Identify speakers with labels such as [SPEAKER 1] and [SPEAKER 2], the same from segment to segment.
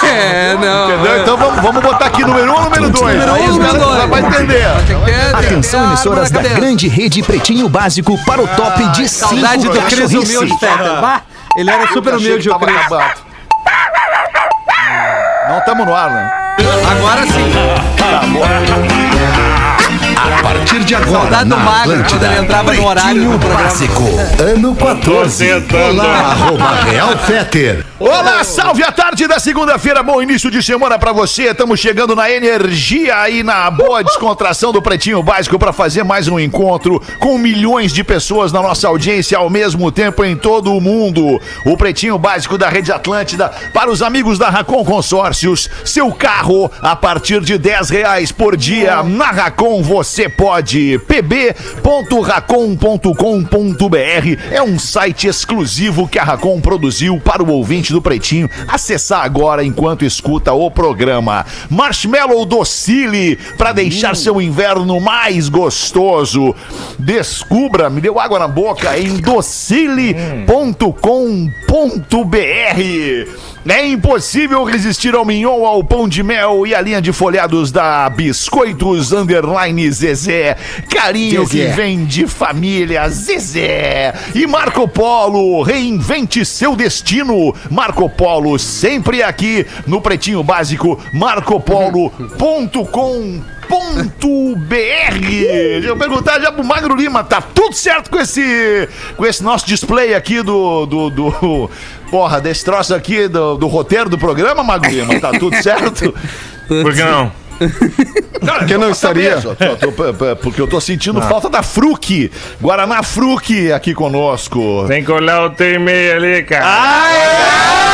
[SPEAKER 1] É, não.
[SPEAKER 2] Entendeu? Então vamos, vamos botar aqui número 1 um, ou número 2?
[SPEAKER 1] Número um, número
[SPEAKER 2] Vai
[SPEAKER 1] dois.
[SPEAKER 2] pra entender.
[SPEAKER 3] Atenção, emissoras da grande rede Pretinho Básico para o top de 5
[SPEAKER 1] Saudade do Cris humilde, Feta. Bah, Ele era super humilde, o
[SPEAKER 2] Achei que
[SPEAKER 1] Cris.
[SPEAKER 2] tava acabado. Não estamos no ar, né?
[SPEAKER 1] Agora sim.
[SPEAKER 3] A partir de agora,
[SPEAKER 1] Saudade
[SPEAKER 3] na
[SPEAKER 1] do Magro, quando
[SPEAKER 3] Atlântida,
[SPEAKER 1] ele entrava no horário
[SPEAKER 3] Pretinho
[SPEAKER 1] do programa.
[SPEAKER 3] Básico, ano 14. Olá, arroba Real Feter.
[SPEAKER 2] Olá, salve a tarde da segunda-feira, bom início de semana pra você. Estamos chegando na energia e na boa descontração do Pretinho Básico pra fazer mais um encontro com milhões de pessoas na nossa audiência ao mesmo tempo em todo o mundo. O Pretinho Básico da Rede Atlântida para os amigos da Racon Consórcios. Seu carro a partir de 10 reais por dia na Racon você pode. pb.racon.com.br é um site exclusivo que a Racon produziu para o ouvinte do Pretinho acessar agora enquanto escuta o programa. Marshmallow Docile para deixar seu inverno mais gostoso. Descubra, me deu água na boca em docile.com.br. É impossível resistir ao mignon, ao pão de mel e à linha de folhados da Biscoitos Underline Zezé. Carinho
[SPEAKER 3] Zezé.
[SPEAKER 2] que vem de família Zezé. E Marco Polo, reinvente seu destino. Marco Polo sempre aqui no Pretinho Básico, marcopolo.com.br. Deixa eu perguntar já pro Magro Lima, tá tudo certo com esse com esse nosso display aqui do do, do- porra, desse troço aqui do, do roteiro do programa, Magro Lima, tá tudo certo?
[SPEAKER 4] Por que não?
[SPEAKER 2] Cara, que não estaria? porque eu tô sentindo falta da Fruc, Guaraná Fruc aqui conosco.
[SPEAKER 4] Tem que olhar o teu e-mail ali, cara.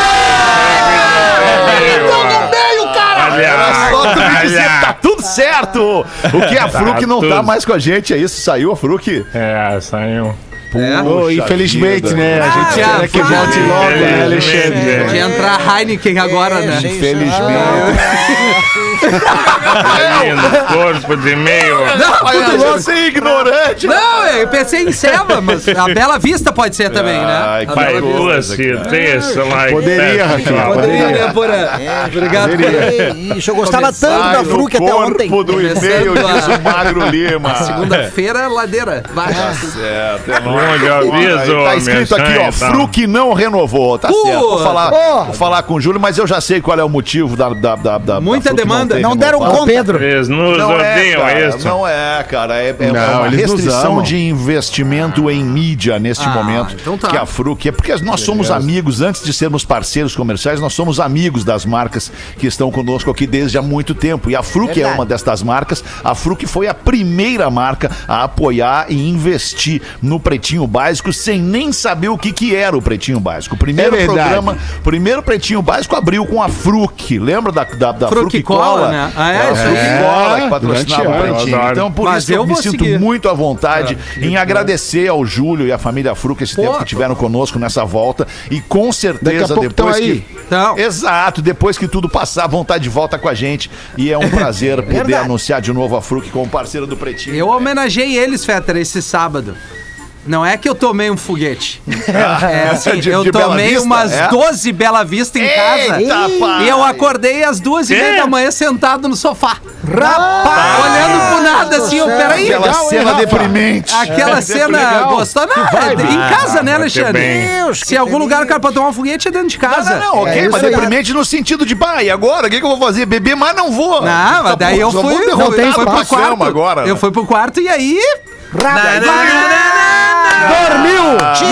[SPEAKER 2] Era só tu me dizer, tá tudo certo! O que a
[SPEAKER 4] Tá
[SPEAKER 2] Fruc não tá
[SPEAKER 4] tudo.
[SPEAKER 2] mais com a gente, é isso? Saiu a Fruc?
[SPEAKER 4] É, saiu.
[SPEAKER 5] Ô,
[SPEAKER 2] Puxa
[SPEAKER 5] infelizmente,
[SPEAKER 2] vida.
[SPEAKER 5] né? A gente
[SPEAKER 1] Ah,
[SPEAKER 5] espera que
[SPEAKER 1] vai.
[SPEAKER 5] volte logo, né,
[SPEAKER 2] É.
[SPEAKER 5] Alexandre?
[SPEAKER 1] De
[SPEAKER 4] Infelizmente.
[SPEAKER 1] entrar Heineken agora, né?
[SPEAKER 2] Infelizmente.
[SPEAKER 4] Lindo corpo de e-mail.
[SPEAKER 1] Não,
[SPEAKER 2] Olha,
[SPEAKER 1] tudo louco.
[SPEAKER 2] você é ignorante!
[SPEAKER 1] Não, eu pensei em Seva, mas a Bela Vista pode ser também, né?
[SPEAKER 2] Ai,
[SPEAKER 1] A
[SPEAKER 4] Pai,
[SPEAKER 1] Bela Vista.
[SPEAKER 4] duas certezas, like.
[SPEAKER 5] Poderia, Rafinha,
[SPEAKER 1] Poderia, né, Porã? Obrigado.
[SPEAKER 6] Ixi, eu gostava tanto da Fruc até ontem.
[SPEAKER 2] corpo do e-mail
[SPEAKER 1] Começando a-
[SPEAKER 2] diz o Magro Lima.
[SPEAKER 1] Segunda-feira, ladeira. Vai.
[SPEAKER 2] Certo, é nóis.
[SPEAKER 4] Longe aviso,
[SPEAKER 2] Tá escrito
[SPEAKER 4] minha
[SPEAKER 2] aqui, ó,
[SPEAKER 4] sanha, tá?
[SPEAKER 2] Fruc não renovou. Tá
[SPEAKER 1] Pô,
[SPEAKER 2] certo. Vou falar,
[SPEAKER 6] pô.
[SPEAKER 2] vou falar com o Júlio, mas eu já sei qual é o motivo da. da, da, da
[SPEAKER 1] Muita
[SPEAKER 2] da Fruc
[SPEAKER 1] demanda.
[SPEAKER 2] ter
[SPEAKER 6] Não deram
[SPEAKER 2] renovado.
[SPEAKER 6] conta. Pedro.
[SPEAKER 4] Eles nos
[SPEAKER 2] Não é,
[SPEAKER 4] odeiam
[SPEAKER 2] cara,
[SPEAKER 4] isso.
[SPEAKER 2] não é, cara. É, é
[SPEAKER 5] Não,
[SPEAKER 2] uma
[SPEAKER 5] eles nos
[SPEAKER 2] restrição
[SPEAKER 5] amam.
[SPEAKER 2] de investimento em mídia neste
[SPEAKER 1] Ah,
[SPEAKER 2] momento
[SPEAKER 1] então tá.
[SPEAKER 2] que a Fruc é porque nós somos amigos antes de sermos parceiros comerciais, nós somos amigos das marcas que estão conosco aqui desde há muito tempo. E a Fruc é uma destas marcas. A Fruc foi a primeira marca a apoiar e investir no Pretinho Básico sem nem saber o que que era o Pretinho Básico. O primeiro
[SPEAKER 5] É verdade.
[SPEAKER 2] programa, primeiro Pretinho Básico abriu com a Fruc. Lembra da da, da
[SPEAKER 1] Fruc Cola,
[SPEAKER 2] Cola?
[SPEAKER 1] né? Ah, é?
[SPEAKER 2] Era a Fruc
[SPEAKER 5] É.
[SPEAKER 2] Cola que patrocinava o
[SPEAKER 5] Durante
[SPEAKER 2] Pretinho.
[SPEAKER 4] anos.
[SPEAKER 2] Então por
[SPEAKER 1] Mas
[SPEAKER 2] isso eu,
[SPEAKER 1] eu
[SPEAKER 2] me
[SPEAKER 1] vou
[SPEAKER 2] sinto
[SPEAKER 1] seguir.
[SPEAKER 2] muito à vontade em agradecer ao Júlio e à família Fruca esse
[SPEAKER 1] Pô.
[SPEAKER 2] tempo que tiveram conosco nessa volta e com
[SPEAKER 5] Daqui a
[SPEAKER 2] certeza
[SPEAKER 5] pouco
[SPEAKER 2] depois
[SPEAKER 5] tão aí.
[SPEAKER 2] que
[SPEAKER 1] Então.
[SPEAKER 2] exato depois que tudo passar vão estar de volta com a gente e é um prazer poder
[SPEAKER 6] Verdade.
[SPEAKER 2] anunciar de novo a Fruc como parceira do Pretinho.
[SPEAKER 1] Eu homenageei eles, Fetter, esse sábado. Não é que eu tomei um foguete. É assim,
[SPEAKER 2] Ah, De-
[SPEAKER 1] eu
[SPEAKER 2] de Bela
[SPEAKER 1] tomei
[SPEAKER 2] Vista,
[SPEAKER 1] umas
[SPEAKER 2] é?
[SPEAKER 1] 12 Bela Vista em casa.
[SPEAKER 2] Eita, pai!
[SPEAKER 1] E eu acordei às duas e meia
[SPEAKER 4] É?
[SPEAKER 1] da manhã sentado no sofá. Rapaz! Olhando pro nada assim, eu, peraí.
[SPEAKER 2] Aquela É,
[SPEAKER 5] legal, hein,
[SPEAKER 2] cena
[SPEAKER 5] Rafa?
[SPEAKER 2] deprimente.
[SPEAKER 1] Aquela cena
[SPEAKER 5] legal.
[SPEAKER 1] gostosa. Não, é em casa, né,
[SPEAKER 4] Ah, mas que
[SPEAKER 1] Alexandre?
[SPEAKER 4] bem.
[SPEAKER 6] Deus,
[SPEAKER 1] Se
[SPEAKER 6] que
[SPEAKER 1] em algum
[SPEAKER 6] delícia.
[SPEAKER 1] lugar o cara pode tomar um foguete é dentro de
[SPEAKER 2] Ah,
[SPEAKER 1] casa.
[SPEAKER 2] não, não, ok,
[SPEAKER 6] É
[SPEAKER 2] mas
[SPEAKER 6] isso aí.
[SPEAKER 2] deprimente no sentido de, bah, e agora? O que, que eu vou fazer? Beber, mas não vou.
[SPEAKER 1] Não, mas
[SPEAKER 2] Só
[SPEAKER 1] daí
[SPEAKER 2] vou-
[SPEAKER 1] eu
[SPEAKER 2] só
[SPEAKER 1] fui,
[SPEAKER 2] vou
[SPEAKER 1] eu
[SPEAKER 2] derrotar
[SPEAKER 1] fui
[SPEAKER 2] pra cama
[SPEAKER 1] pro quarto.
[SPEAKER 2] agora. né?
[SPEAKER 1] Eu fui pro quarto e aí.
[SPEAKER 6] Tinha
[SPEAKER 1] E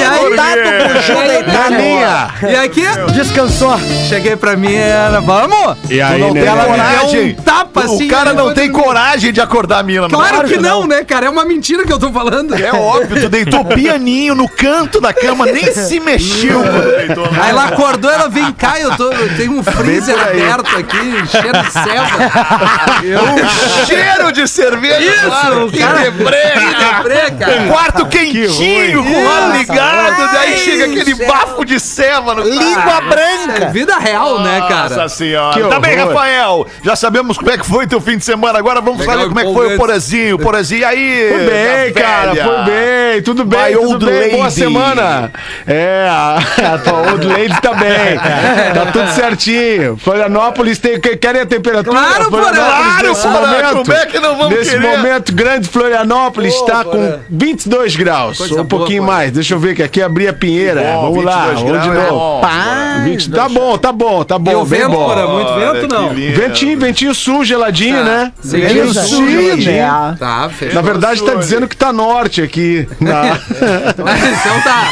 [SPEAKER 1] aí, tá,
[SPEAKER 6] deitado pro Ju
[SPEAKER 5] Na
[SPEAKER 6] deitado.
[SPEAKER 5] linha.
[SPEAKER 1] E aqui,
[SPEAKER 6] Descansou.
[SPEAKER 1] cheguei pra mim, era, vamos!
[SPEAKER 4] E
[SPEAKER 5] Tu
[SPEAKER 4] aí,
[SPEAKER 5] não
[SPEAKER 4] né?
[SPEAKER 5] tem
[SPEAKER 4] cara?
[SPEAKER 5] coragem.
[SPEAKER 1] deu um tapa, assim,
[SPEAKER 2] O cara
[SPEAKER 1] né?
[SPEAKER 2] não tem coragem de acordar a mina. não.
[SPEAKER 1] Claro que não, né, cara? É uma mentira que eu tô falando.
[SPEAKER 2] É óbvio, tu deitou pianinho no canto da cama, nem se mexeu quando deitou.
[SPEAKER 1] Aí ela acordou, ela vem cá, eu, tô, eu tenho um freezer aberto aqui, cheiro de selva.
[SPEAKER 2] Um cheiro de cerveja,
[SPEAKER 1] Isso,
[SPEAKER 2] claro,
[SPEAKER 1] o cara-
[SPEAKER 2] que debreia.
[SPEAKER 1] Quebrei, cara.
[SPEAKER 2] Um Quarto quentinho, Quentinho, com o ar ligado, daí
[SPEAKER 1] Ai,
[SPEAKER 2] chega aquele
[SPEAKER 1] céu.
[SPEAKER 2] bafo de ceva no
[SPEAKER 6] Língua branca.
[SPEAKER 1] Vida real, né, cara?
[SPEAKER 2] Nossa senhora.
[SPEAKER 5] Que
[SPEAKER 2] tá bem,
[SPEAKER 5] horror.
[SPEAKER 2] Rafael? Já sabemos como é que foi teu fim de semana. Agora vamos
[SPEAKER 1] Legal,
[SPEAKER 2] saber como é que foi o
[SPEAKER 1] empolgante.
[SPEAKER 2] Porazinho. Porazinho, e aí?
[SPEAKER 5] Foi bem,
[SPEAKER 2] da
[SPEAKER 5] cara,
[SPEAKER 2] velha?
[SPEAKER 5] foi bem, tudo bem,
[SPEAKER 2] My
[SPEAKER 5] tudo
[SPEAKER 2] old
[SPEAKER 5] bem, boa
[SPEAKER 2] lady.
[SPEAKER 5] semana. É, a, a tua old lady tá
[SPEAKER 6] É.
[SPEAKER 5] bem, tá tudo certinho. Florianópolis tem, que- querem a temperatura?
[SPEAKER 1] Claro,
[SPEAKER 5] Florianópolis
[SPEAKER 2] Claro,
[SPEAKER 5] nesse
[SPEAKER 2] Porã,
[SPEAKER 5] momento,
[SPEAKER 2] como é que não vamos
[SPEAKER 5] Nesse
[SPEAKER 2] querer?
[SPEAKER 5] momento, grande Florianópolis
[SPEAKER 1] Pô,
[SPEAKER 5] está com
[SPEAKER 1] Porã.
[SPEAKER 5] 22 graus,
[SPEAKER 1] Coisa
[SPEAKER 5] um
[SPEAKER 1] boa,
[SPEAKER 5] pouquinho
[SPEAKER 1] Porã.
[SPEAKER 5] mais. Deixa eu ver que aqui abri a Pinheira,
[SPEAKER 2] Bom,
[SPEAKER 5] vamos lá,
[SPEAKER 2] 22
[SPEAKER 5] vamos de
[SPEAKER 2] graus é
[SPEAKER 5] novo.
[SPEAKER 2] bom.
[SPEAKER 6] Pá.
[SPEAKER 5] 20 tá bom, tá bom, tá bom,
[SPEAKER 1] Deu
[SPEAKER 5] bem
[SPEAKER 1] vento,
[SPEAKER 5] bom.
[SPEAKER 1] Porã? Muito
[SPEAKER 2] Olha,
[SPEAKER 1] vento,
[SPEAKER 2] que
[SPEAKER 1] não.
[SPEAKER 2] lindo.
[SPEAKER 5] Ventinho, ventinho sujo, geladinho, né?
[SPEAKER 1] Sim.
[SPEAKER 5] Ventinho
[SPEAKER 1] Beleza.
[SPEAKER 5] sujo, geladinho.
[SPEAKER 6] né?
[SPEAKER 1] Tá, fechou.
[SPEAKER 5] Na verdade, tá dizendo que tá norte aqui. Na-
[SPEAKER 1] então tá.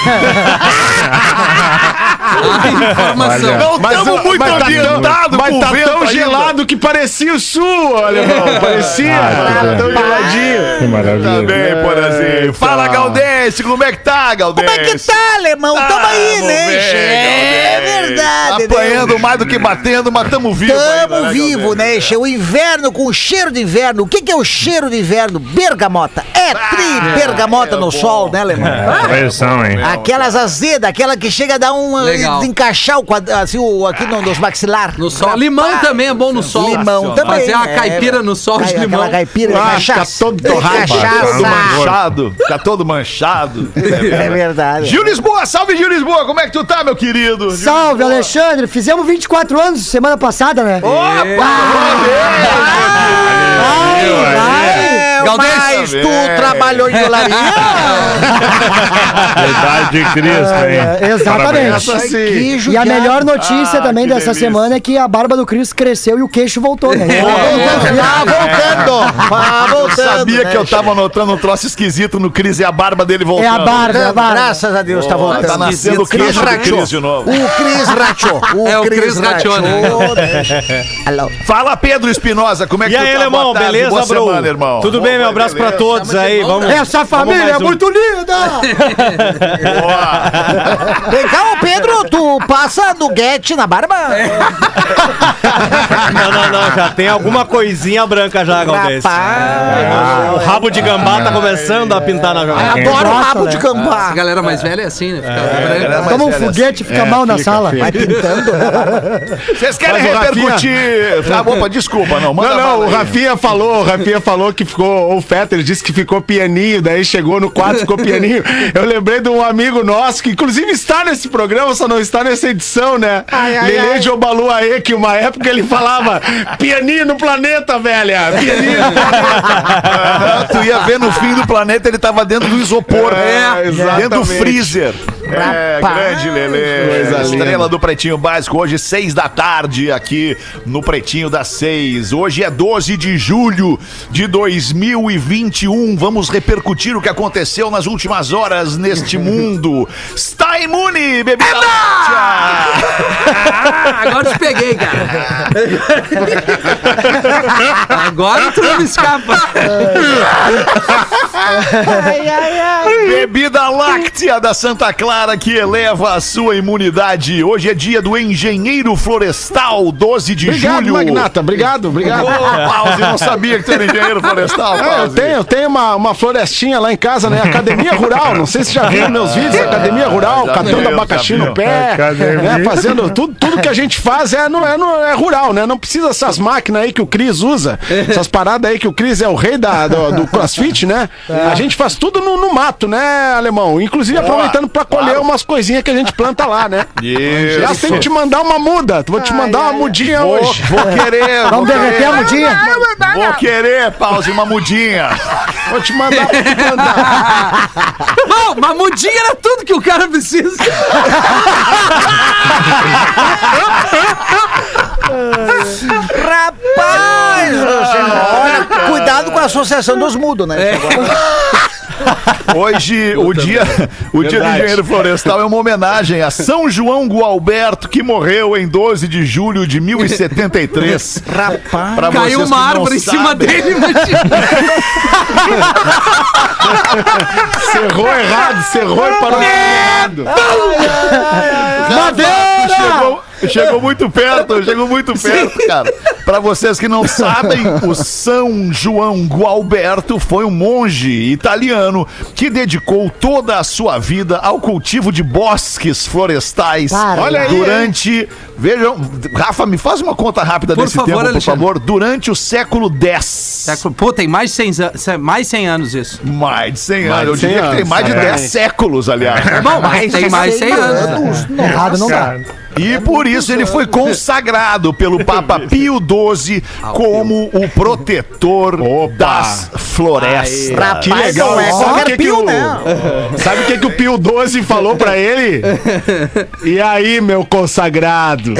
[SPEAKER 1] A informação.
[SPEAKER 2] Não estamos muito
[SPEAKER 5] mas tá tão-
[SPEAKER 2] ambientados
[SPEAKER 5] Mas
[SPEAKER 2] com
[SPEAKER 5] tá
[SPEAKER 2] o vento
[SPEAKER 5] tão
[SPEAKER 2] ainda.
[SPEAKER 5] gelado que parecia o sul, alemão. Parecia. Tá
[SPEAKER 4] Ah,
[SPEAKER 7] tá
[SPEAKER 4] que
[SPEAKER 5] tão
[SPEAKER 4] delícia.
[SPEAKER 5] geladinho.
[SPEAKER 4] Que
[SPEAKER 2] Tá
[SPEAKER 4] maravilha.
[SPEAKER 2] bem, Porazinho. Fala, Galdense, como é que tá, Galdense?
[SPEAKER 6] Como é que tá, alemão? Tamo aí,
[SPEAKER 2] Tamo
[SPEAKER 6] né?
[SPEAKER 2] bem,
[SPEAKER 6] é
[SPEAKER 2] Galdense.
[SPEAKER 6] verdade, né?
[SPEAKER 2] Apanhando um mais do que batendo, mas tamo vivo ainda,
[SPEAKER 6] Tamo
[SPEAKER 2] né,
[SPEAKER 6] vivo,
[SPEAKER 2] Galdense?
[SPEAKER 6] né? Che? O inverno com cheiro de inverno. O que, que é o cheiro de inverno? Bergamota. É tri bergamota
[SPEAKER 2] é
[SPEAKER 6] no
[SPEAKER 2] bom.
[SPEAKER 6] sol, né, alemão?
[SPEAKER 4] Ah, pressão, hein?
[SPEAKER 6] Aquelas azedas, aquela que chega a dar um.
[SPEAKER 1] Legal.
[SPEAKER 6] Desencaixar o quadro, assim, o, aqui no, nos maxilar.
[SPEAKER 1] No sol. Limão também é bom no sol.
[SPEAKER 6] Limão também.
[SPEAKER 1] Fazer uma
[SPEAKER 6] é.
[SPEAKER 1] caipira no sol de
[SPEAKER 6] Cai-
[SPEAKER 1] limão.
[SPEAKER 6] Aquela caipira,
[SPEAKER 5] Ah,
[SPEAKER 6] cachaça. É
[SPEAKER 5] fica todo torrado,
[SPEAKER 2] Tá todo
[SPEAKER 6] Cachaça.
[SPEAKER 2] manchado. Tá todo manchado.
[SPEAKER 6] É verdade.
[SPEAKER 2] Gil Lisboa, salve Gil Lisboa, como é que tu tá, meu querido? Gil
[SPEAKER 8] Salve,
[SPEAKER 2] Lisboa.
[SPEAKER 8] Alexandre! Fizemos 24 anos semana passada, né?
[SPEAKER 1] Galdês,
[SPEAKER 6] É, Tu trabalhou em olaria?
[SPEAKER 4] Verdade de Cristo, hein?
[SPEAKER 8] É, exatamente.
[SPEAKER 5] Essa sim.
[SPEAKER 8] E a melhor notícia
[SPEAKER 2] Ah,
[SPEAKER 8] também
[SPEAKER 2] que
[SPEAKER 8] dessa
[SPEAKER 2] delícia.
[SPEAKER 8] semana é que a barba do Cris cresceu e o queixo voltou,
[SPEAKER 5] É.
[SPEAKER 8] Ah, né?
[SPEAKER 5] Ah,
[SPEAKER 6] Tá voltando. Tá
[SPEAKER 2] Eu
[SPEAKER 6] voltando.
[SPEAKER 2] sabia
[SPEAKER 6] né,
[SPEAKER 2] que eu tava notando um troço esquisito no Cris e a barba dele voltando.
[SPEAKER 8] É a barba, é a
[SPEAKER 6] Voltando,
[SPEAKER 8] barba.
[SPEAKER 6] Graças a Deus, tá
[SPEAKER 2] Tá,
[SPEAKER 6] voltando.
[SPEAKER 2] tá nascendo o
[SPEAKER 6] Cris
[SPEAKER 2] queixo do
[SPEAKER 6] rachou.
[SPEAKER 2] Cris de novo.
[SPEAKER 6] O Cris rachou.
[SPEAKER 1] É, o Cris rachou,
[SPEAKER 6] Alô.
[SPEAKER 2] Fala, Pedro Espinosa, como é que
[SPEAKER 9] E
[SPEAKER 2] tu
[SPEAKER 9] aí,
[SPEAKER 2] tá? Boa
[SPEAKER 9] alemão,
[SPEAKER 2] tarde,
[SPEAKER 9] beleza,
[SPEAKER 2] boa
[SPEAKER 9] bro?
[SPEAKER 2] semana, irmão.
[SPEAKER 9] Tudo bem, meu abraço pra todos aí. Vamos.
[SPEAKER 8] Essa família é
[SPEAKER 9] mais um.
[SPEAKER 8] muito linda!
[SPEAKER 6] Vem cá, ô Pedro, tu passa nuguete na barba?
[SPEAKER 5] É,
[SPEAKER 9] Não, não, não, já tem alguma coisinha branca já, Galdês. Ah, o rabo de gambá tá começando a pintar na
[SPEAKER 5] É,
[SPEAKER 9] jogada.
[SPEAKER 6] Adoro
[SPEAKER 8] Gosta,
[SPEAKER 6] rabo
[SPEAKER 8] né?
[SPEAKER 6] de
[SPEAKER 1] A
[SPEAKER 6] gambá.
[SPEAKER 1] galera mais velha é assim, né? Fica branca.
[SPEAKER 2] Mas
[SPEAKER 8] Toma um
[SPEAKER 2] era
[SPEAKER 8] foguete, fica
[SPEAKER 5] É.
[SPEAKER 8] mal na sala.
[SPEAKER 6] Vai pintando.
[SPEAKER 2] Vocês querem
[SPEAKER 5] Mas o Rafinha-
[SPEAKER 2] repercutir? Ah, opa, desculpa, não. Manda
[SPEAKER 5] Não, não,
[SPEAKER 2] bala
[SPEAKER 5] o
[SPEAKER 2] aí.
[SPEAKER 5] Rafinha falou, o Rafinha falou que ficou, o Fetter disse que ficou pianinho, daí chegou no quarto, ficou pianinho. Eu lembrei de um amigo nosso que inclusive está nesse programa, só não está nessa edição, né? Lele de Obalu Aê, que uma época ele falava pianinho no planeta, velha, pianinho. no
[SPEAKER 2] Ah, tu ia ver no fim do planeta, ele tava dentro do isopor.
[SPEAKER 5] É,
[SPEAKER 2] né?
[SPEAKER 5] exatamente.
[SPEAKER 2] Dentro do freezer. É,
[SPEAKER 6] Rapaz.
[SPEAKER 2] grande Lelê.
[SPEAKER 5] Coisa
[SPEAKER 2] Estrela
[SPEAKER 5] linda.
[SPEAKER 2] do Pretinho Básico, hoje, seis da tarde, aqui no Pretinho das Seis. Hoje é 12 de julho de 2021. Vamos repercutir o que aconteceu nas últimas horas neste mundo. Está imune, bebida láctea!
[SPEAKER 1] Agora te peguei, cara. Agora tu não me escapa.
[SPEAKER 5] Ah,
[SPEAKER 2] Bebida láctea da Santa Clara que eleva a sua imunidade. Hoje é dia do engenheiro florestal, 12 de
[SPEAKER 5] Obrigado,
[SPEAKER 2] julho.
[SPEAKER 5] Magnata. Obrigado, obrigado.
[SPEAKER 2] Ô, Pause, não sabia que tu era engenheiro florestal,
[SPEAKER 5] É, eu
[SPEAKER 2] Pause.
[SPEAKER 5] tenho, eu tenho uma, uma florestinha lá em casa, né? Academia Rural, não sei se já viram meus vídeos, Academia Rural,
[SPEAKER 2] já
[SPEAKER 5] catando
[SPEAKER 2] viu,
[SPEAKER 5] abacaxi
[SPEAKER 2] já
[SPEAKER 5] no
[SPEAKER 2] viu.
[SPEAKER 5] pé,
[SPEAKER 4] Academia.
[SPEAKER 5] né? fazendo tudo, tudo que a gente faz é, não, é, não, é rural, né? Não precisa essas máquinas aí que o Cris usa, essas paradas aí que o Cris é o rei da, do, do crossfit, né? A gente faz tudo no, no mato, né, alemão? Inclusive aproveitando pra colher
[SPEAKER 2] claro.
[SPEAKER 5] umas coisinhas que a gente planta lá, né?
[SPEAKER 2] Isso.
[SPEAKER 5] Já tem que um te mandar uma muda, vou te mandar uma mudinha
[SPEAKER 2] Vou,
[SPEAKER 5] hoje.
[SPEAKER 2] vou querer, vou
[SPEAKER 8] Vamos derreter
[SPEAKER 2] querer,
[SPEAKER 8] a mudinha?
[SPEAKER 2] vou querer, pause, uma mudinha.
[SPEAKER 5] Vou te mandar.
[SPEAKER 1] Não, uma mudinha era tudo que o cara precisa.
[SPEAKER 6] Rapaz, Rogério, olha, cuidado com a associação dos mudos,
[SPEAKER 5] É.
[SPEAKER 6] né?
[SPEAKER 2] Hoje, o dia, o dia do
[SPEAKER 5] Verdade.
[SPEAKER 2] engenheiro florestal é uma homenagem a São João Gualberto, que morreu em 12 de julho de 1073.
[SPEAKER 6] Rapaz.
[SPEAKER 2] Pra vocês
[SPEAKER 1] Caiu
[SPEAKER 2] que
[SPEAKER 1] uma
[SPEAKER 2] não
[SPEAKER 1] árvore em cima
[SPEAKER 2] sabem,
[SPEAKER 1] dele, imagina.
[SPEAKER 5] Cerrou errado, cerrou e parou errado.
[SPEAKER 2] Chegou, chegou muito perto, chegou muito perto, cara. Pra vocês que não sabem, o São João Gualberto foi um monge italiano que dedicou toda a sua vida ao cultivo de bosques florestais.
[SPEAKER 8] Para. Olha aí,
[SPEAKER 2] Durante. Vejam, Rafa, me faz uma conta rápida
[SPEAKER 1] Por
[SPEAKER 2] desse
[SPEAKER 1] favor,
[SPEAKER 2] tempo, por
[SPEAKER 1] Alexandre.
[SPEAKER 2] favor. Durante o século X.
[SPEAKER 1] Século- Tá Pô, tem mais 100, an- cem- mais 100 anos isso.
[SPEAKER 2] Mais de 100
[SPEAKER 5] Mais
[SPEAKER 2] anos. Eu
[SPEAKER 5] de 100
[SPEAKER 2] diria que tem
[SPEAKER 5] anos,
[SPEAKER 2] mais de
[SPEAKER 5] é.
[SPEAKER 2] 10 séculos, aliás.
[SPEAKER 1] Bom, mas tem mais 100 anos.
[SPEAKER 8] Não, errado não dá.
[SPEAKER 2] E por isso ele foi consagrado pelo Papa Pio XII como o protetor das florestas.
[SPEAKER 5] Que legal,
[SPEAKER 6] não é
[SPEAKER 5] Sabe o
[SPEAKER 6] qualquer
[SPEAKER 5] que, que
[SPEAKER 6] pio,
[SPEAKER 5] o,
[SPEAKER 2] é.
[SPEAKER 5] sabe o que, que o Pio 12 falou pra ele? E aí, meu consagrado?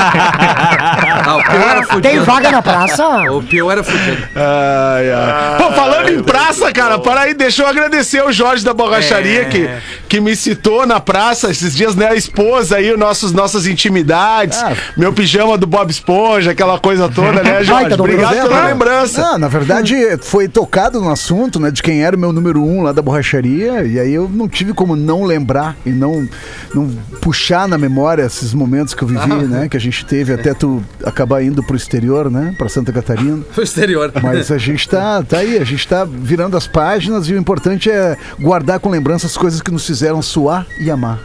[SPEAKER 1] Ah, o Pio era fudido.
[SPEAKER 8] Tem vaga na praça?
[SPEAKER 1] O Pio era fudido.
[SPEAKER 5] Ai, ai. Pô, falando em praça, cara, para aí, deixa eu agradecer ao Jorge da Borracharia
[SPEAKER 1] É.
[SPEAKER 5] que, que me citou na praça esses dias, né? A esposa aí, os nossos, nossas intimidades,
[SPEAKER 2] Ah.
[SPEAKER 5] meu pijama do Bob Esponja, aquela coisa toda, né, Jorge?
[SPEAKER 8] Baita do
[SPEAKER 5] Obrigado
[SPEAKER 8] presente,
[SPEAKER 6] Ah,
[SPEAKER 5] pela
[SPEAKER 8] né?
[SPEAKER 5] lembrança.
[SPEAKER 10] Não, Ah, na verdade, foi tocado no assunto, né? De quem era o meu número um lá da borracharia. E aí eu não tive como não lembrar e não, não puxar na memória esses momentos que eu vivi,
[SPEAKER 5] Ah.
[SPEAKER 10] né? Que a gente teve até tu acabar indo pro exterior, né? Pra Santa Catarina.
[SPEAKER 1] Foi exterior.
[SPEAKER 10] Mas a gente tá, tá aí, a gente tá virando as páginas e o importante é guardar com lembrança as coisas que nos fizeram suar e amar.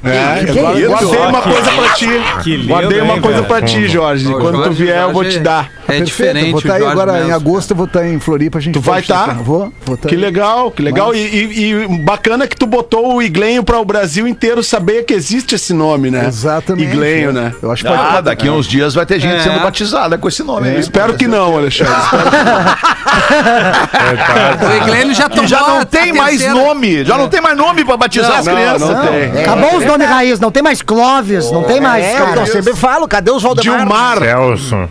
[SPEAKER 5] É,
[SPEAKER 8] que
[SPEAKER 5] guardei
[SPEAKER 8] isso?
[SPEAKER 5] guardei uma coisa pra ti.
[SPEAKER 9] Que lindo,
[SPEAKER 5] Guardei uma
[SPEAKER 9] hein,
[SPEAKER 5] coisa
[SPEAKER 9] cara?
[SPEAKER 5] pra ti, Jorge.
[SPEAKER 1] Ô,
[SPEAKER 5] Quando tu
[SPEAKER 1] tipo, Jorge,
[SPEAKER 5] vier, eu vou
[SPEAKER 1] Jorge
[SPEAKER 5] te
[SPEAKER 1] é-
[SPEAKER 5] dar.
[SPEAKER 1] É
[SPEAKER 10] Eu
[SPEAKER 1] diferente
[SPEAKER 10] vou estar
[SPEAKER 1] o
[SPEAKER 10] aí
[SPEAKER 1] Jorge
[SPEAKER 10] agora em
[SPEAKER 1] Nelson.
[SPEAKER 10] agosto, eu vou estar em Floripa, a gente
[SPEAKER 5] Tu vai
[SPEAKER 10] festa,
[SPEAKER 5] tá?
[SPEAKER 10] Vou, vou tá
[SPEAKER 5] Que
[SPEAKER 10] aí.
[SPEAKER 5] legal, que legal.
[SPEAKER 10] Mas-
[SPEAKER 5] E, e- e bacana que tu botou o Iglenho para o Brasil inteiro saber que existe esse nome, né?
[SPEAKER 10] Exatamente.
[SPEAKER 5] Iglenho, né?
[SPEAKER 10] Eu acho que pode
[SPEAKER 2] Ah, daqui a uns dias vai ter gente
[SPEAKER 1] É.
[SPEAKER 2] sendo batizada com esse nome. né? aí.
[SPEAKER 5] Espero que não, Alexandre.
[SPEAKER 1] O Eglênio já tomou
[SPEAKER 2] E já
[SPEAKER 1] a
[SPEAKER 2] não tem mais
[SPEAKER 1] terceira.
[SPEAKER 2] nome. Já não tem mais nome pra batizar as crianças.
[SPEAKER 5] tem.
[SPEAKER 8] Acabou os nomes raiz, não tem mais Clóvis, não tem mais,
[SPEAKER 6] É,
[SPEAKER 8] cara.
[SPEAKER 6] eu sempre falo, cadê os Valdemar?
[SPEAKER 5] Dilmar.
[SPEAKER 4] Celso.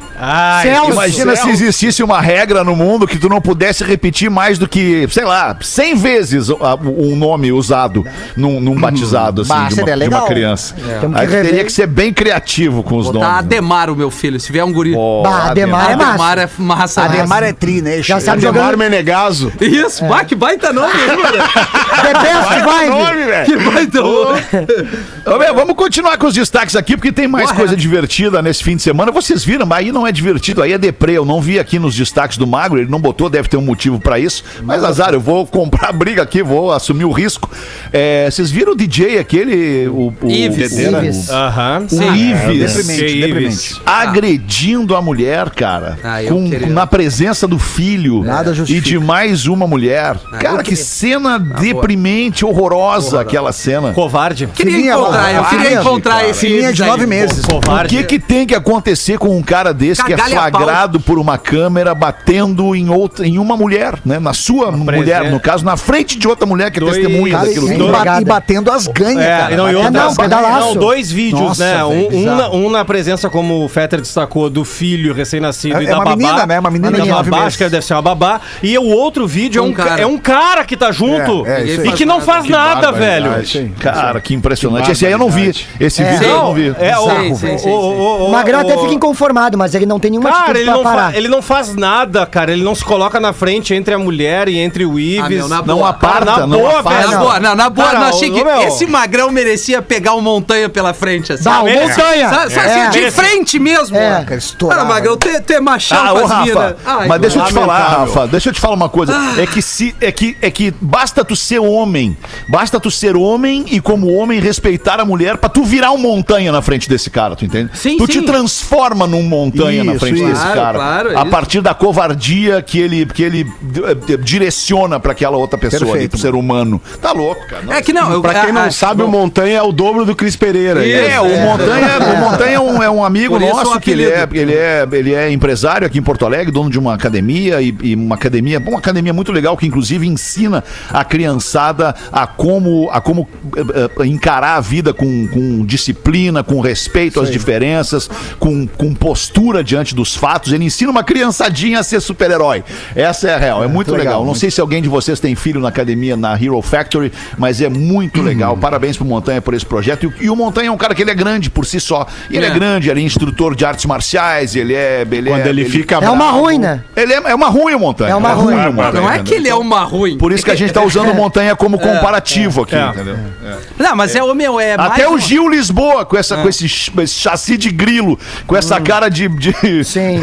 [SPEAKER 8] Celso.
[SPEAKER 2] Imagina se existisse uma regra no mundo que tu não pudesse repetir mais do que, sei lá, 100 vezes a- um nome usado num, num batizado assim,
[SPEAKER 6] Bah,
[SPEAKER 2] de,
[SPEAKER 6] seria
[SPEAKER 2] uma, de uma
[SPEAKER 6] legal.
[SPEAKER 2] criança.
[SPEAKER 8] é Temos que
[SPEAKER 2] Aí tu teria
[SPEAKER 8] rever.
[SPEAKER 2] que ser bem criativo com os
[SPEAKER 1] Tá,
[SPEAKER 2] nomes. né?
[SPEAKER 1] Ademar, o meu filho. Se vier um guri.
[SPEAKER 2] Ó,
[SPEAKER 8] Bah, Ademar é
[SPEAKER 1] Ademar
[SPEAKER 8] massa.
[SPEAKER 1] é massa.
[SPEAKER 6] Ademar é tri, né?
[SPEAKER 8] Já sabe
[SPEAKER 5] Ademar
[SPEAKER 8] jogando.
[SPEAKER 5] Menegaso.
[SPEAKER 1] Isso,
[SPEAKER 8] É.
[SPEAKER 1] bah, que baita nome, hein, mano?
[SPEAKER 8] The best vibe.
[SPEAKER 5] velho.
[SPEAKER 1] Que baita nome.
[SPEAKER 2] Ô, meu, vamos continuar com os destaques aqui, porque tem mais
[SPEAKER 1] Correto.
[SPEAKER 2] coisa divertida nesse fim de semana. Vocês viram, mas aí não é divertido, aí é deprê. Eu não vi aqui nos destaques do Magro, ele não botou, deve ter um motivo pra isso. Mas, azar, eu vou comprar briga aqui, vou assumir o risco. É, vocês viram o DJ aquele, o, o né?
[SPEAKER 1] Ives.
[SPEAKER 2] o- o-
[SPEAKER 8] Ives.
[SPEAKER 9] Aham. É,
[SPEAKER 2] o Ives
[SPEAKER 10] Deprimente,
[SPEAKER 9] Que
[SPEAKER 10] deprimente.
[SPEAKER 9] Ives.
[SPEAKER 2] agredindo a mulher, cara,
[SPEAKER 1] Ah, eu
[SPEAKER 2] com-
[SPEAKER 1] queria. É.
[SPEAKER 2] na presença do filho
[SPEAKER 10] Nada
[SPEAKER 2] e
[SPEAKER 10] justifica.
[SPEAKER 2] de mais uma mulher. cara,
[SPEAKER 1] Ah, eu
[SPEAKER 2] que
[SPEAKER 1] queria.
[SPEAKER 2] cena deprimente, horrorosa aquela cena.
[SPEAKER 9] Covarde.
[SPEAKER 1] Queria
[SPEAKER 10] Filhinha
[SPEAKER 1] encontrar, eu
[SPEAKER 10] covarde,
[SPEAKER 1] queria encontrar esse
[SPEAKER 10] Filhinha
[SPEAKER 1] Ives
[SPEAKER 10] de
[SPEAKER 1] aí.
[SPEAKER 10] nove meses.
[SPEAKER 2] O que,
[SPEAKER 9] Covarde.
[SPEAKER 2] que tem que acontecer com um cara desse que
[SPEAKER 1] Cagar-lhe
[SPEAKER 2] é
[SPEAKER 1] a pau.
[SPEAKER 2] flagrado por uma câmera batendo em outra, em uma mulher, né? Na sua mulher,
[SPEAKER 9] presen-
[SPEAKER 2] no caso, na frente de outra mulher que é
[SPEAKER 9] Dois-
[SPEAKER 2] testemunha
[SPEAKER 10] Cara,
[SPEAKER 2] daquilo.
[SPEAKER 10] e,
[SPEAKER 2] tudo.
[SPEAKER 10] ba-
[SPEAKER 8] Obrigado.
[SPEAKER 10] e batendo as ganhas,
[SPEAKER 9] É,
[SPEAKER 10] cara.
[SPEAKER 9] não, e
[SPEAKER 10] Batendo
[SPEAKER 9] outra-
[SPEAKER 10] as
[SPEAKER 8] Não,
[SPEAKER 10] ganhas.
[SPEAKER 8] pedalaço.
[SPEAKER 9] né? Não, dois vídeos,
[SPEAKER 10] Nossa,
[SPEAKER 9] né?
[SPEAKER 10] velho,
[SPEAKER 9] Um, um
[SPEAKER 10] bizarro.
[SPEAKER 9] na, um na presença, como o Fetter destacou, do filho recém-nascido
[SPEAKER 10] É-
[SPEAKER 9] e
[SPEAKER 10] é
[SPEAKER 9] da
[SPEAKER 10] uma
[SPEAKER 9] babá.
[SPEAKER 10] menina, né? Uma menina
[SPEAKER 9] Da
[SPEAKER 10] de nove
[SPEAKER 9] babá,
[SPEAKER 10] meses.
[SPEAKER 9] acho que deve ser uma babá. E o outro vídeo é,
[SPEAKER 1] Um
[SPEAKER 9] um, ca-
[SPEAKER 1] cara.
[SPEAKER 9] é um cara que tá junto
[SPEAKER 10] É, é, isso
[SPEAKER 9] e
[SPEAKER 10] aí.
[SPEAKER 9] que não faz nada, velho.
[SPEAKER 1] Ah,
[SPEAKER 2] Cara, que impressionante. Esse aí eu não vi. Esse vídeo eu não vi.
[SPEAKER 9] É, o,
[SPEAKER 1] Sim, sim, sim,
[SPEAKER 9] o- o- o-
[SPEAKER 8] O Magrão até
[SPEAKER 9] o-
[SPEAKER 8] fica inconformado, mas ele não tem nenhuma
[SPEAKER 9] Cara,
[SPEAKER 8] atitude
[SPEAKER 9] ele
[SPEAKER 8] pra
[SPEAKER 9] não, fa-
[SPEAKER 8] parar.
[SPEAKER 9] ele não faz nada, cara. Ele não se coloca na frente entre a mulher e entre o Ives.
[SPEAKER 1] Ah, meu, na
[SPEAKER 2] Não
[SPEAKER 1] boa.
[SPEAKER 2] aparta,
[SPEAKER 9] Cara, na
[SPEAKER 2] não
[SPEAKER 9] boa,
[SPEAKER 2] aparta.
[SPEAKER 9] velho.
[SPEAKER 1] É, Na boa, não, na boa,
[SPEAKER 9] Cara,
[SPEAKER 1] não, achei
[SPEAKER 9] ô,
[SPEAKER 1] que
[SPEAKER 9] meu.
[SPEAKER 1] esse magrão merecia pegar o montanha pela frente, assim.
[SPEAKER 2] Ah,
[SPEAKER 8] Dá, o
[SPEAKER 9] Merece.
[SPEAKER 8] montanha.
[SPEAKER 1] Só, só
[SPEAKER 8] É.
[SPEAKER 1] assim, de frente mesmo.
[SPEAKER 8] É,
[SPEAKER 1] mano.
[SPEAKER 10] cara, estourava.
[SPEAKER 1] Cara, Magrão, tu é- tu é machão
[SPEAKER 2] Ah,
[SPEAKER 1] com
[SPEAKER 2] ô,
[SPEAKER 1] as minas.
[SPEAKER 2] Rafa,
[SPEAKER 1] Ai,
[SPEAKER 2] mas deixa eu te
[SPEAKER 1] lamentável.
[SPEAKER 2] falar, Rafa, deixa eu te falar uma coisa.
[SPEAKER 1] Ah.
[SPEAKER 2] É que se é que é que basta tu ser homem, basta tu ser homem e como homem respeitar a mulher pra tu virar um montanha na frente desse cara, tu entende?
[SPEAKER 1] Sim,
[SPEAKER 2] tu
[SPEAKER 1] sim.
[SPEAKER 2] te transforma num montanha na
[SPEAKER 10] Isso,
[SPEAKER 2] frente
[SPEAKER 10] isso.
[SPEAKER 2] desse
[SPEAKER 1] Claro,
[SPEAKER 2] cara,
[SPEAKER 1] claro, é
[SPEAKER 2] a
[SPEAKER 1] isso.
[SPEAKER 2] partir da covardia que ele que ele eh, eh, direciona pra aquela outra pessoa,
[SPEAKER 10] Perfeito,
[SPEAKER 2] ali, pro ser humano. Tá louco, cara.
[SPEAKER 1] É que não, eu,
[SPEAKER 5] Pra quem
[SPEAKER 1] a-
[SPEAKER 10] Ah,
[SPEAKER 1] a-
[SPEAKER 5] não sabe, o Montanha é o dobro do Cris Pereira.
[SPEAKER 1] Isso.
[SPEAKER 5] né?
[SPEAKER 2] É, o Montanha, o Montanha é, um, é um amigo
[SPEAKER 1] Por isso
[SPEAKER 2] nosso
[SPEAKER 1] o
[SPEAKER 2] que ele é,
[SPEAKER 1] apelido.
[SPEAKER 2] ele, é, ele é empresário aqui em Porto Alegre, dono de uma academia e, e uma academia, uma academia muito legal que inclusive ensina a criançada a como, a como eh, eh, encarar a vida com, com disciplina, com respeito às diferenças, com, com postura diante dos fatos. Ele ensina uma criançadinha a ser super-herói. Essa é a real, é muito legal. Não sei se alguém de vocês tem filho na academia, na Hero Factory, mas é muito legal. Parabéns pro Montanha por esse projeto. E, o- e o Montanha é um cara que ele é grande por si só. E ele é.
[SPEAKER 1] É.
[SPEAKER 2] grande, ele é instrutor de artes marciais, ele é. Ele
[SPEAKER 5] Quando
[SPEAKER 2] é,
[SPEAKER 5] ele fica
[SPEAKER 8] É uma
[SPEAKER 5] bravo.
[SPEAKER 8] ruim, né?
[SPEAKER 2] Ele é, é uma ruim o Montanha.
[SPEAKER 8] É uma ruim.
[SPEAKER 2] o Montanha,
[SPEAKER 1] Não é que
[SPEAKER 2] entendeu?
[SPEAKER 1] ele é uma ruim.
[SPEAKER 2] Por isso que a gente tá usando o Montanha como comparativo aqui,
[SPEAKER 9] É.
[SPEAKER 2] entendeu?
[SPEAKER 1] Não, mas é, o meu, é mais
[SPEAKER 2] Até o
[SPEAKER 1] uma-
[SPEAKER 2] Gil Lisboa, com, essa, com esse, ch- esse chassi de grilo, com essa cara de. de...
[SPEAKER 8] Sim.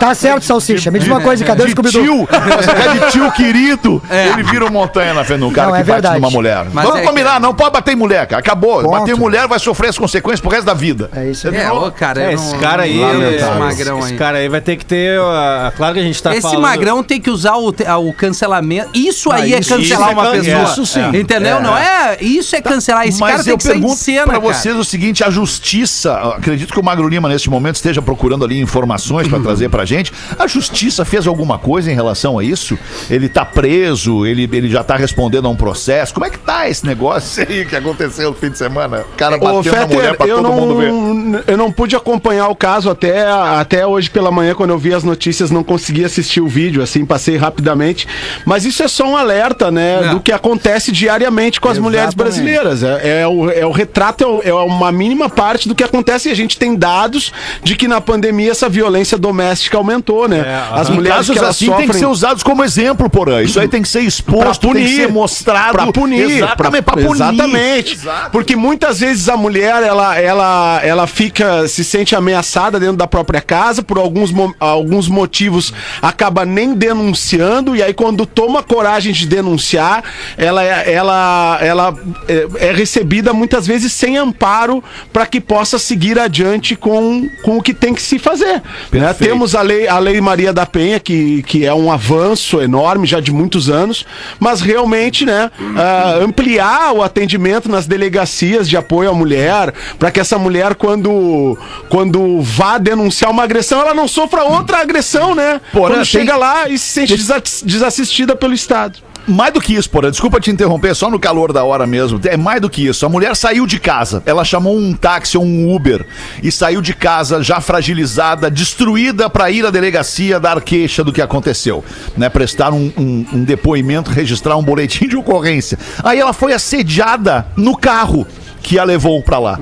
[SPEAKER 8] Tá certo, Salsicha. Me diz uma coisa,
[SPEAKER 1] É
[SPEAKER 8] cadê o
[SPEAKER 2] de
[SPEAKER 8] scooby
[SPEAKER 2] tio, essa cara de tio querido, ele vira uma montanha na frente de um cara
[SPEAKER 8] Não,
[SPEAKER 2] que
[SPEAKER 8] é
[SPEAKER 2] bate
[SPEAKER 8] verdade.
[SPEAKER 2] numa mulher.
[SPEAKER 1] Mas
[SPEAKER 2] Vamos
[SPEAKER 1] é que-
[SPEAKER 2] combinar, não pode bater em mulher, cara. Acabou.
[SPEAKER 10] Ponto.
[SPEAKER 2] Bater em mulher vai sofrer as consequências pro resto da vida.
[SPEAKER 8] É isso aí.
[SPEAKER 1] É, ô, cara, eu
[SPEAKER 9] É,
[SPEAKER 1] não-
[SPEAKER 9] esse cara aí,
[SPEAKER 1] não lembro
[SPEAKER 9] esse,
[SPEAKER 1] desse magrão
[SPEAKER 9] esse
[SPEAKER 1] aí.
[SPEAKER 9] cara aí vai ter que ter. ah, claro que a gente tá
[SPEAKER 1] Esse
[SPEAKER 9] falando.
[SPEAKER 1] magrão tem que usar o, te- ah, o cancelamento. Isso aí
[SPEAKER 9] isso-
[SPEAKER 1] é cancelar
[SPEAKER 9] isso é
[SPEAKER 1] uma
[SPEAKER 9] can-
[SPEAKER 1] pessoa.
[SPEAKER 9] isso sim.
[SPEAKER 1] Entendeu? Não é? Isso é cancelar. Esse cara
[SPEAKER 2] Mas
[SPEAKER 1] tem
[SPEAKER 2] eu
[SPEAKER 1] que sair de
[SPEAKER 2] pergunto
[SPEAKER 1] cena,
[SPEAKER 2] pra
[SPEAKER 1] cara.
[SPEAKER 2] vocês o seguinte, a justiça, acredito que o Magro Lima neste momento esteja procurando ali informações pra trazer pra gente. A justiça fez alguma coisa em relação a isso? Ele tá preso, ele, ele já tá respondendo a um processo. Como é que tá esse negócio aí que aconteceu no fim de semana? O cara
[SPEAKER 5] Ô,
[SPEAKER 2] bateu na mulher
[SPEAKER 5] Fetter,
[SPEAKER 2] pra
[SPEAKER 5] eu
[SPEAKER 2] todo mundo ver.
[SPEAKER 5] não, eu não pude acompanhar o caso até, até hoje pela manhã, quando eu vi as notícias, não consegui assistir o vídeo, assim, passei rapidamente. Mas isso é só um alerta, né,
[SPEAKER 1] É.
[SPEAKER 5] do que acontece diariamente com as mulheres brasileiras. É, é o, é o retrato, é o- é, uma mínima parte do que acontece e a gente tem dados de que na pandemia essa violência doméstica aumentou, né?
[SPEAKER 9] É,
[SPEAKER 5] as
[SPEAKER 2] Em
[SPEAKER 5] mulheres
[SPEAKER 2] casos
[SPEAKER 5] que elas
[SPEAKER 2] assim
[SPEAKER 5] sofrem...
[SPEAKER 2] tem que ser usados como exemplo, porã. Isso aí tem que ser exposto,
[SPEAKER 5] Pra punir.
[SPEAKER 2] tem que ser mostrado.
[SPEAKER 5] Pra punir.
[SPEAKER 2] Exatamente, pra,
[SPEAKER 5] pra-
[SPEAKER 2] punir.
[SPEAKER 5] Exatamente. Porque muitas vezes a mulher, ela, ela, ela fica, se sente ameaçada dentro da própria casa, por alguns, mo- alguns motivos acaba nem denunciando, e aí quando toma coragem de denunciar, ela, é- ela, ela é, é recebida muitas vezes sem amparo para que possa seguir adiante com, com o que tem que se fazer. Né?
[SPEAKER 2] Perfeito.
[SPEAKER 5] Temos a lei, a lei Maria da Penha, que, que é um avanço enorme já de muitos anos, mas realmente, né, ah, ampliar o atendimento nas delegacias de apoio à mulher, para que essa mulher, quando, quando vá denunciar uma agressão, ela não sofra outra agressão, né?
[SPEAKER 2] Porra,
[SPEAKER 5] quando
[SPEAKER 2] tem-
[SPEAKER 5] chega lá e se sente desa- desassistida pelo Estado.
[SPEAKER 2] Mais do que isso, porra, desculpa te interromper, só no calor da hora mesmo. É mais do que isso. A mulher saiu de casa, ela chamou um táxi ou um Uber e saiu de casa já fragilizada, destruída pra ir à delegacia dar queixa do que aconteceu, né? Prestar um, um- um depoimento, registrar um boletim de ocorrência. Aí ela foi assediada no carro que a levou pra lá.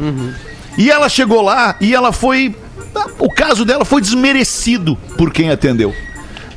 [SPEAKER 2] E ela chegou lá e ela foi. ah, O caso dela foi desmerecido por quem atendeu.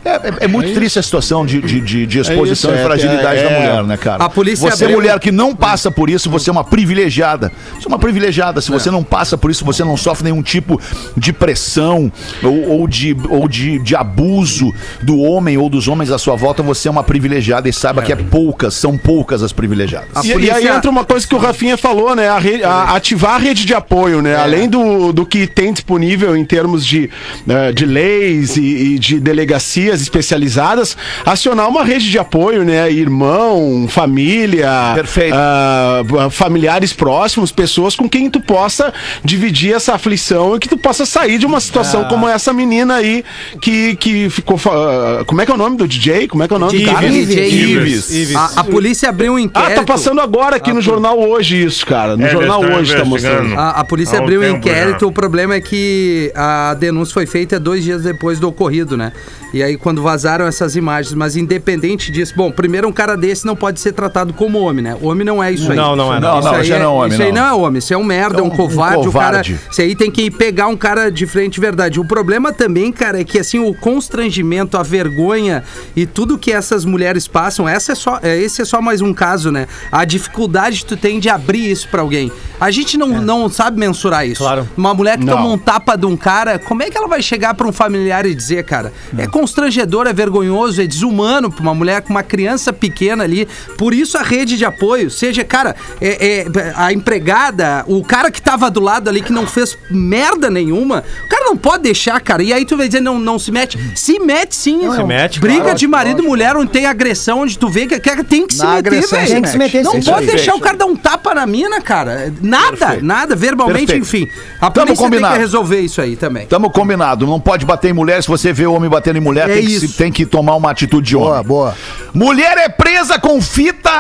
[SPEAKER 2] É, é- é muito triste a situação de, de- de- de exposição
[SPEAKER 5] É isso, é,
[SPEAKER 2] e fragilidade
[SPEAKER 5] é,
[SPEAKER 2] da
[SPEAKER 5] é.
[SPEAKER 2] mulher, né, cara?
[SPEAKER 1] A polícia
[SPEAKER 2] você,
[SPEAKER 1] abriu-
[SPEAKER 2] mulher que não passa por isso, você é uma privilegiada. Você é uma privilegiada. Se você não passa por isso, você não sofre nenhum tipo de pressão ou, ou de, ou de, de abuso do homem ou dos homens à sua volta, você é uma privilegiada e saiba que é poucas, são poucas as privilegiadas.
[SPEAKER 1] A
[SPEAKER 5] E, e
[SPEAKER 1] polícia-
[SPEAKER 5] aí entra uma coisa que o Rafinha falou, né? A re- a- ativar a rede de apoio,
[SPEAKER 1] É.
[SPEAKER 5] né? Além do, do que tem disponível em termos de, eh, de leis e, e de delegacias especializadas, acionar uma rede de apoio, né? Irmão, família,
[SPEAKER 2] Perfeito.
[SPEAKER 5] ah, b- familiares próximos, pessoas com quem tu possa dividir essa aflição e que tu possa sair de uma
[SPEAKER 1] Ah.
[SPEAKER 5] situação como essa menina aí que, que ficou. fa- Como é que é o nome do DJ? Como é que é o nome do cara?
[SPEAKER 1] Ives.
[SPEAKER 2] Ives.
[SPEAKER 1] A, a polícia abriu um
[SPEAKER 5] Ah,
[SPEAKER 1] inquérito.
[SPEAKER 5] tá passando agora aqui no jornal hoje isso, cara. No
[SPEAKER 4] É,
[SPEAKER 5] jornal
[SPEAKER 4] eles tão
[SPEAKER 5] hoje tá mostrando.
[SPEAKER 4] investigando.
[SPEAKER 1] A, a polícia
[SPEAKER 4] Há um
[SPEAKER 1] abriu um
[SPEAKER 4] tempo
[SPEAKER 1] inquérito,
[SPEAKER 4] já.
[SPEAKER 1] o problema é que a denúncia foi feita dois dias depois do ocorrido, né? E aí quando vazaram essas imagens, mas independente disso, bom, primeiro um cara desse não pode ser tratado como homem, né? Homem não é isso aí.
[SPEAKER 9] Não, não é, não.
[SPEAKER 2] Não,
[SPEAKER 1] Isso
[SPEAKER 2] não,
[SPEAKER 1] aí
[SPEAKER 2] isso aí não é homem,
[SPEAKER 1] Isso aí
[SPEAKER 2] não.
[SPEAKER 1] não é homem, isso é um merda,
[SPEAKER 2] É
[SPEAKER 1] um,
[SPEAKER 2] um- um
[SPEAKER 1] covarde, o cara.
[SPEAKER 2] covarde.
[SPEAKER 1] Isso aí tem que ir pegar um cara de frente de verdade. O problema também, cara, é que assim, o constrangimento, a vergonha e tudo que essas mulheres passam, essa é só, é, esse é só mais um caso, né? A dificuldade que tu tem de abrir isso pra alguém. A gente não, não sabe mensurar isso.
[SPEAKER 9] Claro.
[SPEAKER 1] Uma mulher que
[SPEAKER 5] Não.
[SPEAKER 1] toma um tapa de um cara, como é que ela vai chegar pra um familiar e dizer, cara? É constrangedor, é vergonhoso, é desumano pra uma mulher com uma criança pequena ali. Por isso a rede de apoio, seja, cara, é- é- a empregada, o cara que tava do lado ali que não fez merda nenhuma, o cara não pode deixar, cara. E aí tu vai dizer, não, não se mete. Se mete sim,
[SPEAKER 9] Se
[SPEAKER 1] não.
[SPEAKER 9] mete,
[SPEAKER 1] Briga
[SPEAKER 9] claro.
[SPEAKER 1] de marido e mulher onde tem agressão, onde tu vê que que tem que se
[SPEAKER 10] Na
[SPEAKER 1] meter,
[SPEAKER 10] agressão
[SPEAKER 1] velho.
[SPEAKER 10] se
[SPEAKER 8] Tem que se meter
[SPEAKER 1] Não
[SPEAKER 8] sim.
[SPEAKER 1] pode deixar o cara dar um tapa na mina, cara. Nada, nada, verbalmente,
[SPEAKER 2] Perfeito.
[SPEAKER 1] enfim. A
[SPEAKER 2] Tamo
[SPEAKER 1] polícia tem
[SPEAKER 2] combinado.
[SPEAKER 1] que resolver isso aí também.
[SPEAKER 2] Tamo combinado, não pode bater em mulher. Se você vê homem batendo em mulher,
[SPEAKER 1] É
[SPEAKER 2] tem, que,
[SPEAKER 1] isso.
[SPEAKER 2] se- tem que tomar uma atitude de homem.
[SPEAKER 10] Boa, boa.
[SPEAKER 2] Mulher é presa com fita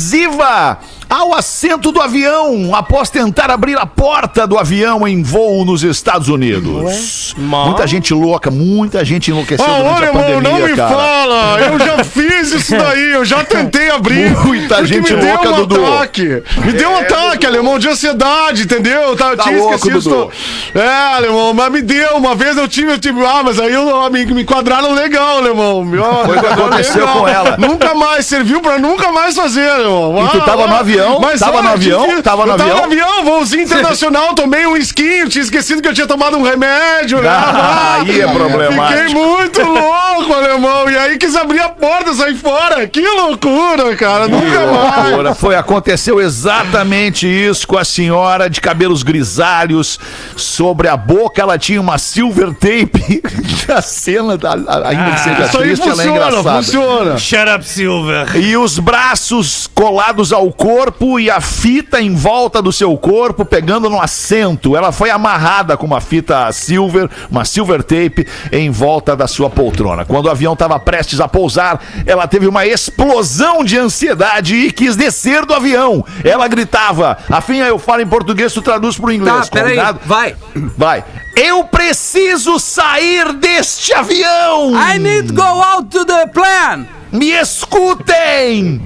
[SPEAKER 2] adesiva ao assento do avião após tentar abrir a porta do avião em voo nos Estados Unidos. Muita gente louca, muita gente enlouquecida
[SPEAKER 5] Ah,
[SPEAKER 2] durante a pandemia, cara.
[SPEAKER 5] fala! Eu já fiz isso daí, eu já tentei abrir.
[SPEAKER 2] Muita
[SPEAKER 5] porque um
[SPEAKER 2] gente louca, Dudu. É,
[SPEAKER 5] ataque. Me deu um ataque, alemão, de ansiedade, entendeu? Eu tava-
[SPEAKER 2] Tá
[SPEAKER 5] tinha
[SPEAKER 2] louco,
[SPEAKER 5] esquecido.
[SPEAKER 2] Dudu.
[SPEAKER 5] do- É, alemão, mas me deu. Uma vez eu tive, eu tive. Ah, mas aí eu, me, me enquadraram legal, alemão. Me- ah,
[SPEAKER 2] Foi o que aconteceu com ela.
[SPEAKER 5] Nunca mais, serviu pra nunca mais fazer, alemão.
[SPEAKER 2] E tu
[SPEAKER 5] Ah,
[SPEAKER 2] tava no
[SPEAKER 5] ah,
[SPEAKER 2] avião, tava no
[SPEAKER 3] olha,
[SPEAKER 2] avião,
[SPEAKER 3] tive-
[SPEAKER 2] tava no
[SPEAKER 3] eu Tava
[SPEAKER 2] avião.
[SPEAKER 3] no avião, voozinho internacional, tomei um esquinho, tinha esquecido que eu tinha tomado um remédio, né?
[SPEAKER 2] Ah, aí é problemático.
[SPEAKER 3] Fiquei muito louco, alemão. E aí quis abrir a porta, sair fora. Que loucura, cara. Nunca mais.
[SPEAKER 2] Loucura. Foi, aconteceu exatamente isso com a senhora de cabelos grisalhos. Sobre a boca, ela tinha uma silver tape. a cena, da, a- ainda que seja
[SPEAKER 3] Ah, Isso aí
[SPEAKER 2] triste, ela é
[SPEAKER 3] funciona,
[SPEAKER 2] engraçada.
[SPEAKER 3] funciona.
[SPEAKER 4] Shut up, Silver.
[SPEAKER 2] E os braços colados ao corpo e a fita em volta do seu corpo, pegando no assento. Ela foi amarrada com uma fita silver, uma silver tape, em volta da sua poltrona. Quando o avião estava prestes a pousar, ela teve uma explosão de ansiedade e quis descer do avião. Ela gritava: Afinha, eu falo em português, tu traduz para o inglês.
[SPEAKER 1] Tá, peraí,
[SPEAKER 2] combinado?
[SPEAKER 1] vai.
[SPEAKER 2] Vai. Eu preciso sair deste avião!
[SPEAKER 1] I need to go out to the plan.
[SPEAKER 2] Me escutem!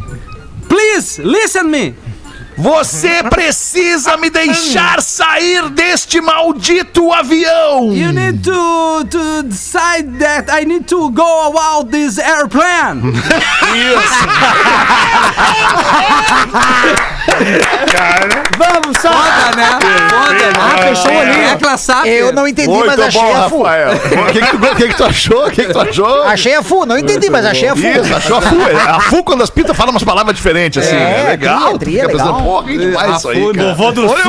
[SPEAKER 1] Please, listen me.
[SPEAKER 2] Você precisa me deixar sair deste maldito avião!
[SPEAKER 1] You need to, to decide that I need to go out this airplane.
[SPEAKER 6] Vamos, só.
[SPEAKER 1] Foda, né? Foda, né?
[SPEAKER 11] Ah, fechou ali.
[SPEAKER 1] É classe A.
[SPEAKER 6] Eu não entendi, mas
[SPEAKER 2] Muito
[SPEAKER 6] achei
[SPEAKER 2] bom,
[SPEAKER 6] a fu.
[SPEAKER 2] Rafael. O que, que, tu- o que que tu achou? O que, que tu achou?
[SPEAKER 6] Achei a fu, não entendi, mas achei a fu.
[SPEAKER 2] Isso, achou a Fu. A Fu, quando as pintas, fala umas palavras diferentes, assim.
[SPEAKER 6] É,
[SPEAKER 2] É,
[SPEAKER 6] tria,
[SPEAKER 2] legal.
[SPEAKER 6] tria,
[SPEAKER 2] Fica pensando,
[SPEAKER 6] legal.
[SPEAKER 2] Porra, que demais isso aí, cara.
[SPEAKER 4] Vovô do surf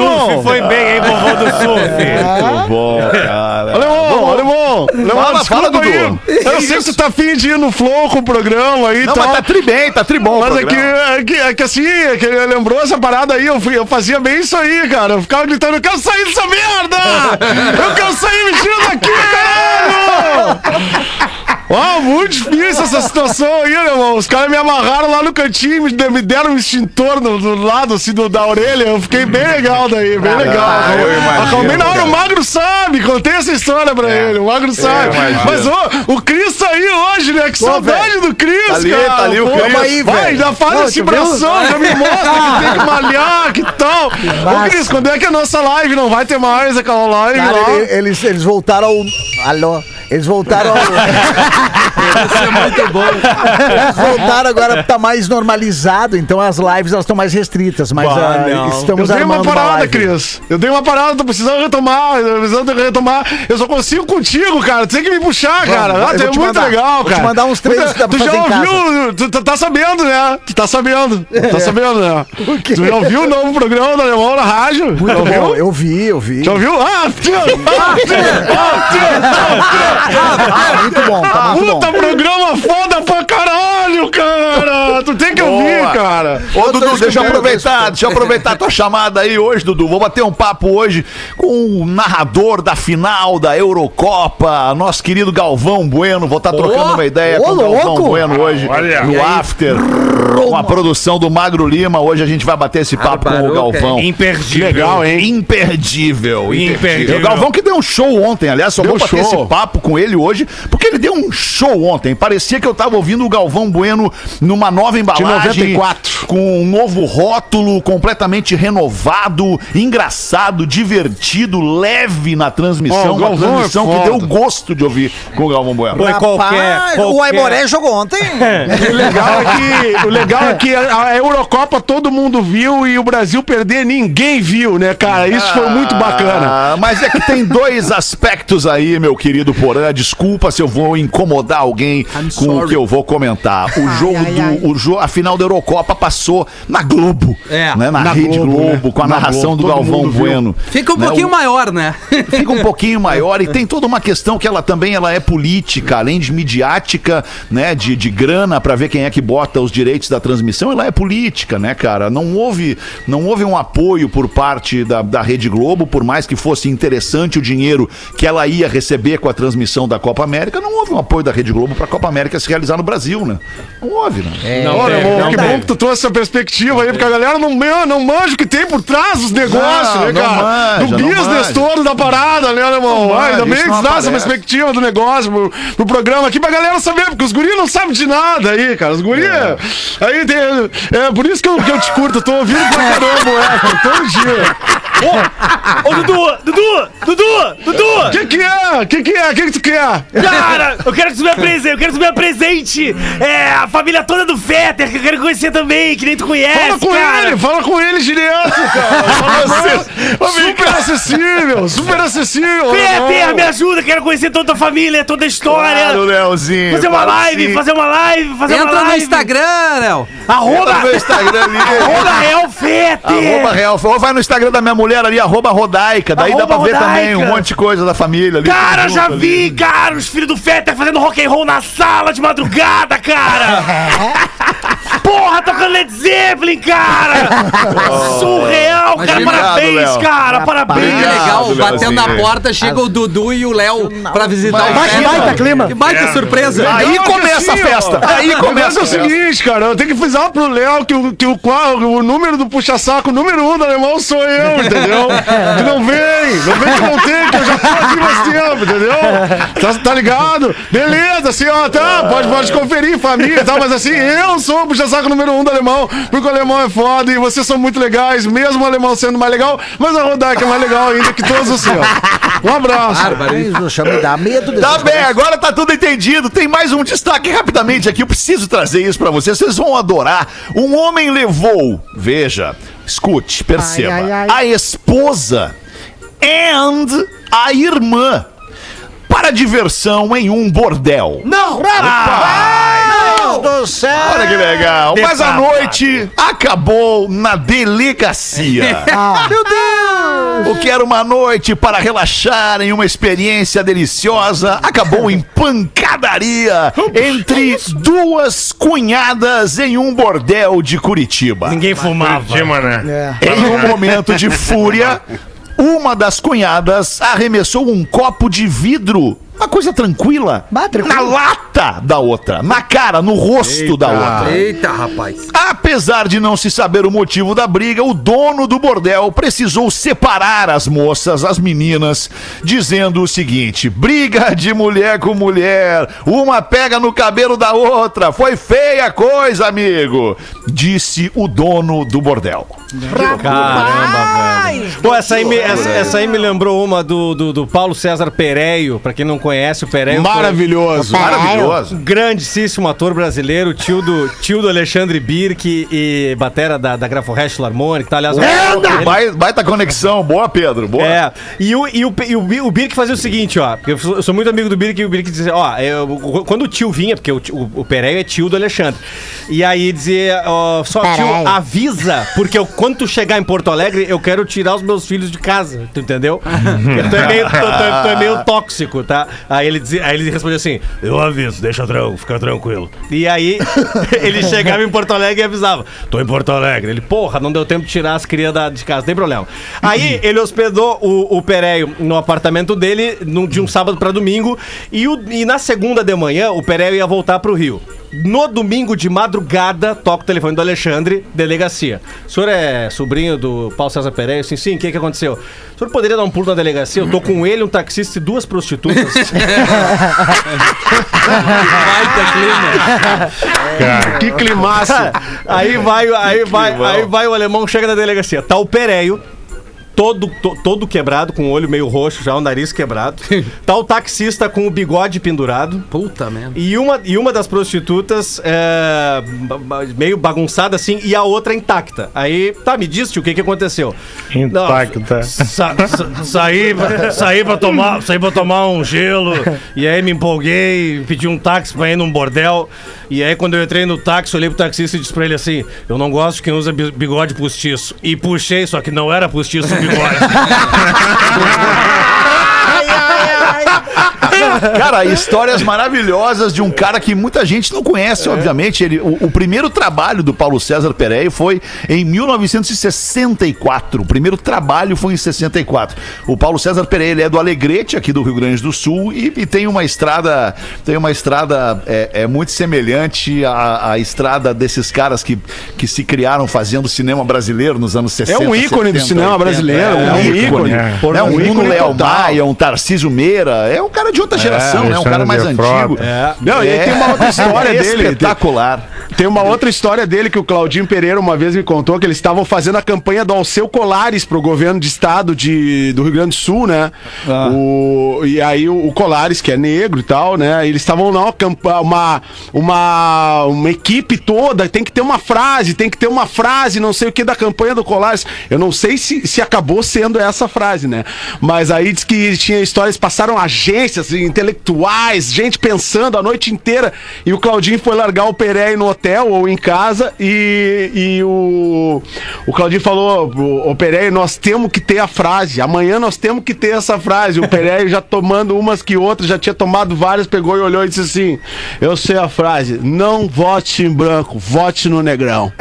[SPEAKER 4] foi bem, hein, vovô do surf.
[SPEAKER 2] Muito bom, cara.
[SPEAKER 3] Alemão, alemão, alemão,
[SPEAKER 2] Fala, fala,
[SPEAKER 3] desculpa aí.
[SPEAKER 2] Dudu.
[SPEAKER 3] Eu sei que tu tá afim de ir no flow com o programa aí e
[SPEAKER 2] Não, mas
[SPEAKER 3] tal.
[SPEAKER 2] tá tri bem, tá tri bom. o
[SPEAKER 3] Mas é que,
[SPEAKER 2] programa.
[SPEAKER 3] é, que, é que assim, é que ele lembrou essa parada aí, eu, fui, eu fazia bem isso aí, cara. Eu ficava gritando, eu quero sair dessa merda! Eu quero sair me tira daqui, caralho! Ó, muito difícil essa situação aí, meu irmão. Os caras me amarraram lá no cantinho, me de- me deram um extintor no, do lado, assim, do, da orelha. Eu fiquei bem legal daí, bem legal.
[SPEAKER 2] eu imagino,
[SPEAKER 3] Acalmei na hora,
[SPEAKER 2] cara. É,
[SPEAKER 3] o Magro sabe, contei essa história pra ele, o Magro sabe.
[SPEAKER 2] imagino.
[SPEAKER 3] Mas ô, o Cris tá aí hoje, né? Que saudade do Cris,
[SPEAKER 2] Tá ali,
[SPEAKER 3] cara.
[SPEAKER 2] tá ali o
[SPEAKER 3] Pô,
[SPEAKER 2] Cris.
[SPEAKER 3] Vai, vai, já fala esse bração, já me mostra que tem que malhar, que tal. Ô, Cris, quando é que a nossa live não vai ter mais aquela live
[SPEAKER 6] Cara,
[SPEAKER 3] lá?
[SPEAKER 6] ele- eles, eles voltaram ao. Alô? Eles voltaram ao.
[SPEAKER 1] Muito bom.
[SPEAKER 6] Eles voltaram agora, tá mais normalizado, então as lives elas estão mais restritas, mas
[SPEAKER 10] Bah,
[SPEAKER 6] ah,
[SPEAKER 10] não.
[SPEAKER 3] Eu
[SPEAKER 6] estamos
[SPEAKER 3] dei uma
[SPEAKER 6] armando uma
[SPEAKER 3] parada,
[SPEAKER 6] live.
[SPEAKER 3] Cris. Eu dei uma parada, tô precisando retomar, tô precisando retomar. Eu só consigo contigo, cara. Tu tem que me puxar, cara.
[SPEAKER 6] eu
[SPEAKER 3] Ah, tu
[SPEAKER 6] vou
[SPEAKER 3] é
[SPEAKER 6] te
[SPEAKER 3] muito
[SPEAKER 6] mandar.
[SPEAKER 3] legal,
[SPEAKER 6] Vou te
[SPEAKER 3] cara.
[SPEAKER 6] mandar uns três
[SPEAKER 3] Tu-
[SPEAKER 6] que dá pra
[SPEAKER 3] Tu já
[SPEAKER 6] fazer em
[SPEAKER 3] ouviu, tu tu tá sabendo, né? Tu tá sabendo. Tá
[SPEAKER 6] É.
[SPEAKER 3] sabendo, né? Tu já ouviu o novo programa do Alemão na rádio? já
[SPEAKER 6] Muito
[SPEAKER 3] ouviu?
[SPEAKER 6] bom, eu vi, eu vi.
[SPEAKER 3] Já ouviu? Ah, tio! Ah, tio! Ah,
[SPEAKER 6] Ah, muito bom, tá
[SPEAKER 3] tio!
[SPEAKER 6] muito bom.
[SPEAKER 3] Puta, programa foda pra caralho, cara! Tu tem que
[SPEAKER 2] Boa.
[SPEAKER 3] ouvir, cara!
[SPEAKER 2] Ô, Dudu, deixa eu
[SPEAKER 6] descobrindo
[SPEAKER 2] aproveitar, deixa eu aproveitar a tua chamada aí hoje, Dudu. Vou bater um papo hoje com o narrador da final da Eurocopa, nosso querido Galvão Bueno. Vou estar trocando uma ideia
[SPEAKER 6] ô,
[SPEAKER 2] com o Galvão
[SPEAKER 6] louco.
[SPEAKER 2] Bueno hoje
[SPEAKER 4] Olha.
[SPEAKER 2] no After, com a produção do Magro Lima. Hoje a gente vai bater esse papo com o
[SPEAKER 1] Barbaruca.
[SPEAKER 2] Galvão.
[SPEAKER 6] é
[SPEAKER 4] Imperdível.
[SPEAKER 3] legal, hein?
[SPEAKER 2] Imperdível, imperdível.
[SPEAKER 4] Imperdível.
[SPEAKER 2] O Galvão que deu um show ontem, aliás, só
[SPEAKER 3] Deu
[SPEAKER 2] vou bater
[SPEAKER 3] show.
[SPEAKER 2] esse papo com ele hoje, porque ele deu um show ontem. Parecia que eu tava ouvindo o Galvão Bueno numa nova embalagem.
[SPEAKER 3] 94.
[SPEAKER 2] Com um novo rótulo completamente renovado, engraçado, divertido, leve na transmissão.
[SPEAKER 3] Ó, o
[SPEAKER 2] uma
[SPEAKER 3] Galvão é
[SPEAKER 2] transmissão que
[SPEAKER 3] foda.
[SPEAKER 2] deu gosto de ouvir com o Galvão Bueno.
[SPEAKER 10] Foi
[SPEAKER 9] é,
[SPEAKER 10] qualquer.
[SPEAKER 6] Rapaz, O
[SPEAKER 10] qualquer-
[SPEAKER 6] Aimoré jogou ontem.
[SPEAKER 3] O legal é que, o legal é que a, a Eurocopa todo mundo viu e o Brasil perder ninguém viu, né, cara? Isso foi muito bacana.
[SPEAKER 2] Ah, mas é que tem dois aspectos aí, meu querido Porã. Desculpa se eu vou incomodar alguém com o que eu vou comentar. O jogo do. O jo a final da Eurocopa passou na Globo.
[SPEAKER 1] É,
[SPEAKER 2] né? Na, Rede Globo,
[SPEAKER 3] Globo,
[SPEAKER 2] com a
[SPEAKER 3] Na Globo,
[SPEAKER 2] narração do
[SPEAKER 3] todo
[SPEAKER 2] Galvão
[SPEAKER 3] mundo viu.
[SPEAKER 2] Bueno.
[SPEAKER 1] Fica um
[SPEAKER 2] Né,
[SPEAKER 1] pouquinho
[SPEAKER 2] o-
[SPEAKER 1] maior, né?
[SPEAKER 2] fica um pouquinho maior e tem toda uma questão que ela também ela é política, além de midiática, né, de, de grana pra ver quem é que bota os direitos da transmissão, ela é política, né, cara? Não houve, não houve um apoio por parte da, da Rede Globo, por mais que fosse interessante o dinheiro que ela ia receber com a transmissão da Copa América, não houve um apoio da Rede Globo pra Copa América se realizar no Brasil, né? Não houve, né?
[SPEAKER 3] Não, Olha,
[SPEAKER 4] teve,
[SPEAKER 3] irmão,
[SPEAKER 4] não
[SPEAKER 3] que
[SPEAKER 4] teve.
[SPEAKER 3] bom que tu trouxe essa perspectiva aí, porque a galera não, man- não manja o que tem por trás dos negócios,
[SPEAKER 2] Não,
[SPEAKER 3] né,
[SPEAKER 2] não
[SPEAKER 3] cara?
[SPEAKER 2] manja,
[SPEAKER 3] do
[SPEAKER 2] não
[SPEAKER 3] business
[SPEAKER 2] manja.
[SPEAKER 3] todo da parada, né, alemão?
[SPEAKER 2] Não
[SPEAKER 3] Ah,
[SPEAKER 2] manja,
[SPEAKER 3] Ainda bem
[SPEAKER 2] isso
[SPEAKER 3] que
[SPEAKER 2] não
[SPEAKER 3] tu traz essa
[SPEAKER 2] aparece.
[SPEAKER 3] perspectiva do negócio pro, pro programa aqui pra galera saber, porque os guris não sabem de nada aí, cara. Os guris. é Aí tem. É por isso que eu, que eu te curto, eu tô ouvindo pra caramba, é, cara, todo dia.
[SPEAKER 4] Ô, ô, Dudu, Dudu, Dudu, Dudu!
[SPEAKER 5] Que que é? Que que é? Que que tu quer?
[SPEAKER 4] Cara, eu quero que tu me apresente, eu quero que tu me apresente é, a família toda do Fetter, que eu quero conhecer também, que nem tu conhece,
[SPEAKER 5] Fala com
[SPEAKER 4] cara.
[SPEAKER 5] ele, fala com ele direto, cara. Fala com ele. super acessível, super acessível.
[SPEAKER 4] Peter,
[SPEAKER 5] Não.
[SPEAKER 4] me ajuda, quero conhecer toda a família, toda a história.
[SPEAKER 2] Claro, Leozinho. assim.
[SPEAKER 4] fazer uma
[SPEAKER 2] claro
[SPEAKER 4] live,
[SPEAKER 2] sim.
[SPEAKER 4] fazer uma live, fazer uma
[SPEAKER 1] Entra
[SPEAKER 4] live.
[SPEAKER 1] no Instagram, Léo.
[SPEAKER 2] Entra
[SPEAKER 4] Arroba,
[SPEAKER 2] no meu Instagram ali.
[SPEAKER 4] arroba Real Fetter.
[SPEAKER 2] Arroba Real. Ou vai no Instagram da minha mulher ali, arroba Rodaica. Daí dá pra
[SPEAKER 4] Arroba
[SPEAKER 2] ver também um
[SPEAKER 4] Rodaica.
[SPEAKER 2] monte de coisa da família ali.
[SPEAKER 4] Cara,
[SPEAKER 2] tudo
[SPEAKER 4] já
[SPEAKER 2] junto
[SPEAKER 4] vi,
[SPEAKER 2] ali.
[SPEAKER 4] cara, os filhos do Fetter fazendo rock and roll na sala de madrugada, cara. Porra, tocando Led Zeppelin, cara. Surreal,
[SPEAKER 1] Mas
[SPEAKER 4] cara,
[SPEAKER 1] obrigado,
[SPEAKER 4] parabéns,
[SPEAKER 2] Léo.
[SPEAKER 4] cara,
[SPEAKER 1] Bem
[SPEAKER 4] parabéns.
[SPEAKER 2] Obrigado,
[SPEAKER 1] legal,
[SPEAKER 2] Leozinho.
[SPEAKER 1] batendo na porta, chega o Dudu e o Léo pra visitar o
[SPEAKER 2] Mas
[SPEAKER 1] Fetter.
[SPEAKER 8] Que baita clima.
[SPEAKER 1] Que baita surpresa.
[SPEAKER 2] Aí começa a
[SPEAKER 5] assim,
[SPEAKER 2] festa. Aí
[SPEAKER 5] Começa
[SPEAKER 2] começa
[SPEAKER 5] é o
[SPEAKER 2] a festa.
[SPEAKER 5] seguinte, cara, eu tenho que frisar pro Léo que, o, que o, qual- o número do puxa-saco, o número um do alemão sou eu, entendeu? Que não vem, não vem que não tem, que eu já tô aqui mais tempo, entendeu? Tá, tá ligado? Beleza, assim, ó, tá, pode, pode conferir, família e tal, mas assim, eu sou o puxa-saco número um do alemão, porque o alemão é foda e vocês são muito legais, mesmo o alemão sendo mais legal, mas a Rodaica é mais legal ainda que todos os seus. Um abraço.
[SPEAKER 6] Isso, me dá medo desse
[SPEAKER 2] Tá
[SPEAKER 6] negócio.
[SPEAKER 2] bem, agora tá tudo entendido. Tem mais um destaque rapidamente aqui. Eu preciso trazer isso pra vocês. Vocês vão adorar. Um homem levou, veja, escute, perceba,
[SPEAKER 8] Ai, ai, ai.
[SPEAKER 2] a esposa and a irmã para diversão em um bordel.
[SPEAKER 6] Não! Rapaz do céu!
[SPEAKER 2] Olha que legal. Mas a noite acabou na delegacia.
[SPEAKER 6] Meu Deus!
[SPEAKER 2] O que era uma noite para relaxar em uma experiência deliciosa acabou em pancadaria entre duas cunhadas em um bordel de Curitiba.
[SPEAKER 4] Ninguém fumava. né?
[SPEAKER 2] Em um momento de fúria, uma das cunhadas arremessou um copo de vidro. Uma coisa tranquila.
[SPEAKER 8] Bah, tranquilo.
[SPEAKER 2] Na lata da outra. Na cara, no rosto da outra.
[SPEAKER 1] Eita, rapaz.
[SPEAKER 2] Apesar de não se saber o motivo da briga, o dono do bordel precisou separar as moças, as meninas, dizendo o seguinte: briga de mulher com mulher, uma pega no cabelo da outra, foi feia a coisa, amigo, disse o dono do bordel.
[SPEAKER 9] Caramba, velho. Pô, essa aí me, essa, essa aí me lembrou uma do, do, do Paulo César Pereio. Pra quem não conhece, o Pereio foi
[SPEAKER 5] Maravilhoso.
[SPEAKER 2] Maravilhoso.
[SPEAKER 9] um grandíssimo ator brasileiro, tio do, tio do Alexandre Birk e batera da, da Graforrest Larmônica, tá? Aliás, ele-
[SPEAKER 2] Bai- Baita conexão, boa, Pedro, boa.
[SPEAKER 9] É, e o, e o, e o, Bi- o Birk fazia o seguinte, ó. porque Eu sou, eu sou muito amigo do Birk e o Birk dizia, ó, eu- quando o tio vinha, porque o, tio- o, o Pereio é tio do Alexandre. E aí dizia, ó, só tio,
[SPEAKER 6] Pereio.
[SPEAKER 9] avisa, porque eu, quando tu chegar em Porto Alegre, eu quero tirar os meus filhos de casa, tu entendeu? Porque
[SPEAKER 4] Uhum.
[SPEAKER 9] tu, é meio, tu- tu- tu é meio tóxico, tá? Aí ele, dizia, aí ele respondeu assim,
[SPEAKER 4] Eu aviso, deixa tranquilo, fica tranquilo.
[SPEAKER 9] e aí ele chegava em Porto Alegre e avisava.
[SPEAKER 4] Tô em Porto Alegre,
[SPEAKER 9] Ele, porra, não deu tempo de tirar as crias da- de casa, tem problema. Aí ele hospedou o, o Pereio no apartamento dele num- de um sábado pra domingo e, o- e na segunda de manhã o Pereio ia voltar pro Rio. No domingo de madrugada, toca o telefone do Alexandre, delegacia. O senhor é sobrinho do Paulo César Pereio? Sim, sim, o que, que aconteceu? O senhor poderia dar um pulo na delegacia? Eu tô com ele, um taxista e duas prostitutas.
[SPEAKER 1] Baita clima.
[SPEAKER 8] É.
[SPEAKER 5] Que climaço.
[SPEAKER 9] aí vai, aí vai, aí vai o alemão, chega na delegacia. Tá o Pereio. Todo, to- todo quebrado, com o olho meio roxo, já o nariz quebrado. Tá o taxista com o bigode pendurado.
[SPEAKER 1] Puta merda.
[SPEAKER 9] E uma, e uma das prostitutas é, ba- ba- meio bagunçada assim, e a outra intacta. Aí, tá, me diz, tio, o que, que aconteceu?
[SPEAKER 5] Intacta.
[SPEAKER 4] Sa sa saí, saí, pra tomar, saí pra tomar um gelo, e aí me empolguei, pedi um táxi pra ir num bordel. E aí, quando eu entrei no táxi, olhei pro taxista e disse pra ele assim: Eu não gosto de quem usa bi- bigode postiço. E puxei, só que não era postiço o bigode.
[SPEAKER 2] Cara, histórias maravilhosas de um cara que muita gente não conhece,
[SPEAKER 5] É.
[SPEAKER 2] obviamente. Ele, o, o primeiro trabalho do Paulo César Pereio foi em 1964. O primeiro trabalho foi em 64. O Paulo César Pereio ele é do Alegrete, aqui do Rio Grande do Sul, e, e tem uma estrada, tem uma estrada é, é muito semelhante à, à estrada desses caras que, que se criaram fazendo cinema brasileiro nos anos 60.
[SPEAKER 5] um ícone do
[SPEAKER 2] 70,
[SPEAKER 5] cinema brasileiro,
[SPEAKER 2] É,
[SPEAKER 5] um
[SPEAKER 2] um
[SPEAKER 5] ícone.
[SPEAKER 2] ícone. É um
[SPEAKER 5] Um
[SPEAKER 2] ícone
[SPEAKER 5] ícone
[SPEAKER 2] Léo
[SPEAKER 5] total.
[SPEAKER 2] Maia, um Tarcísio Meira, é um cara de outra geração, né? Um cara mais antigo.
[SPEAKER 5] É. Não, e aí tem uma outra história dele.
[SPEAKER 2] Espetacular.
[SPEAKER 5] Tem uma outra história dele que o Claudinho Pereira uma vez me contou que eles estavam fazendo a campanha do Alceu Colares pro governo de estado de, do Rio Grande do Sul, né? O, e aí o, o Colares, que é negro e tal, né? Eles estavam na campa- uma, uma, uma equipe toda, tem que ter uma frase, tem que ter uma frase, não sei o que, da campanha do Colares. Eu não sei se, se acabou sendo essa frase, né? Mas aí diz que tinha histórias, passaram agências intelectuais, gente pensando a noite inteira. E o Claudinho foi largar o Pereira no hotel ou em casa e, e o, o Claudinho falou: Ô Pereira, nós temos que ter a frase. Amanhã nós temos que ter essa frase. O Pereira já tomando umas que outras, já tinha tomado várias, pegou e olhou e disse assim: Eu sei a frase, não vote em branco, vote no negrão.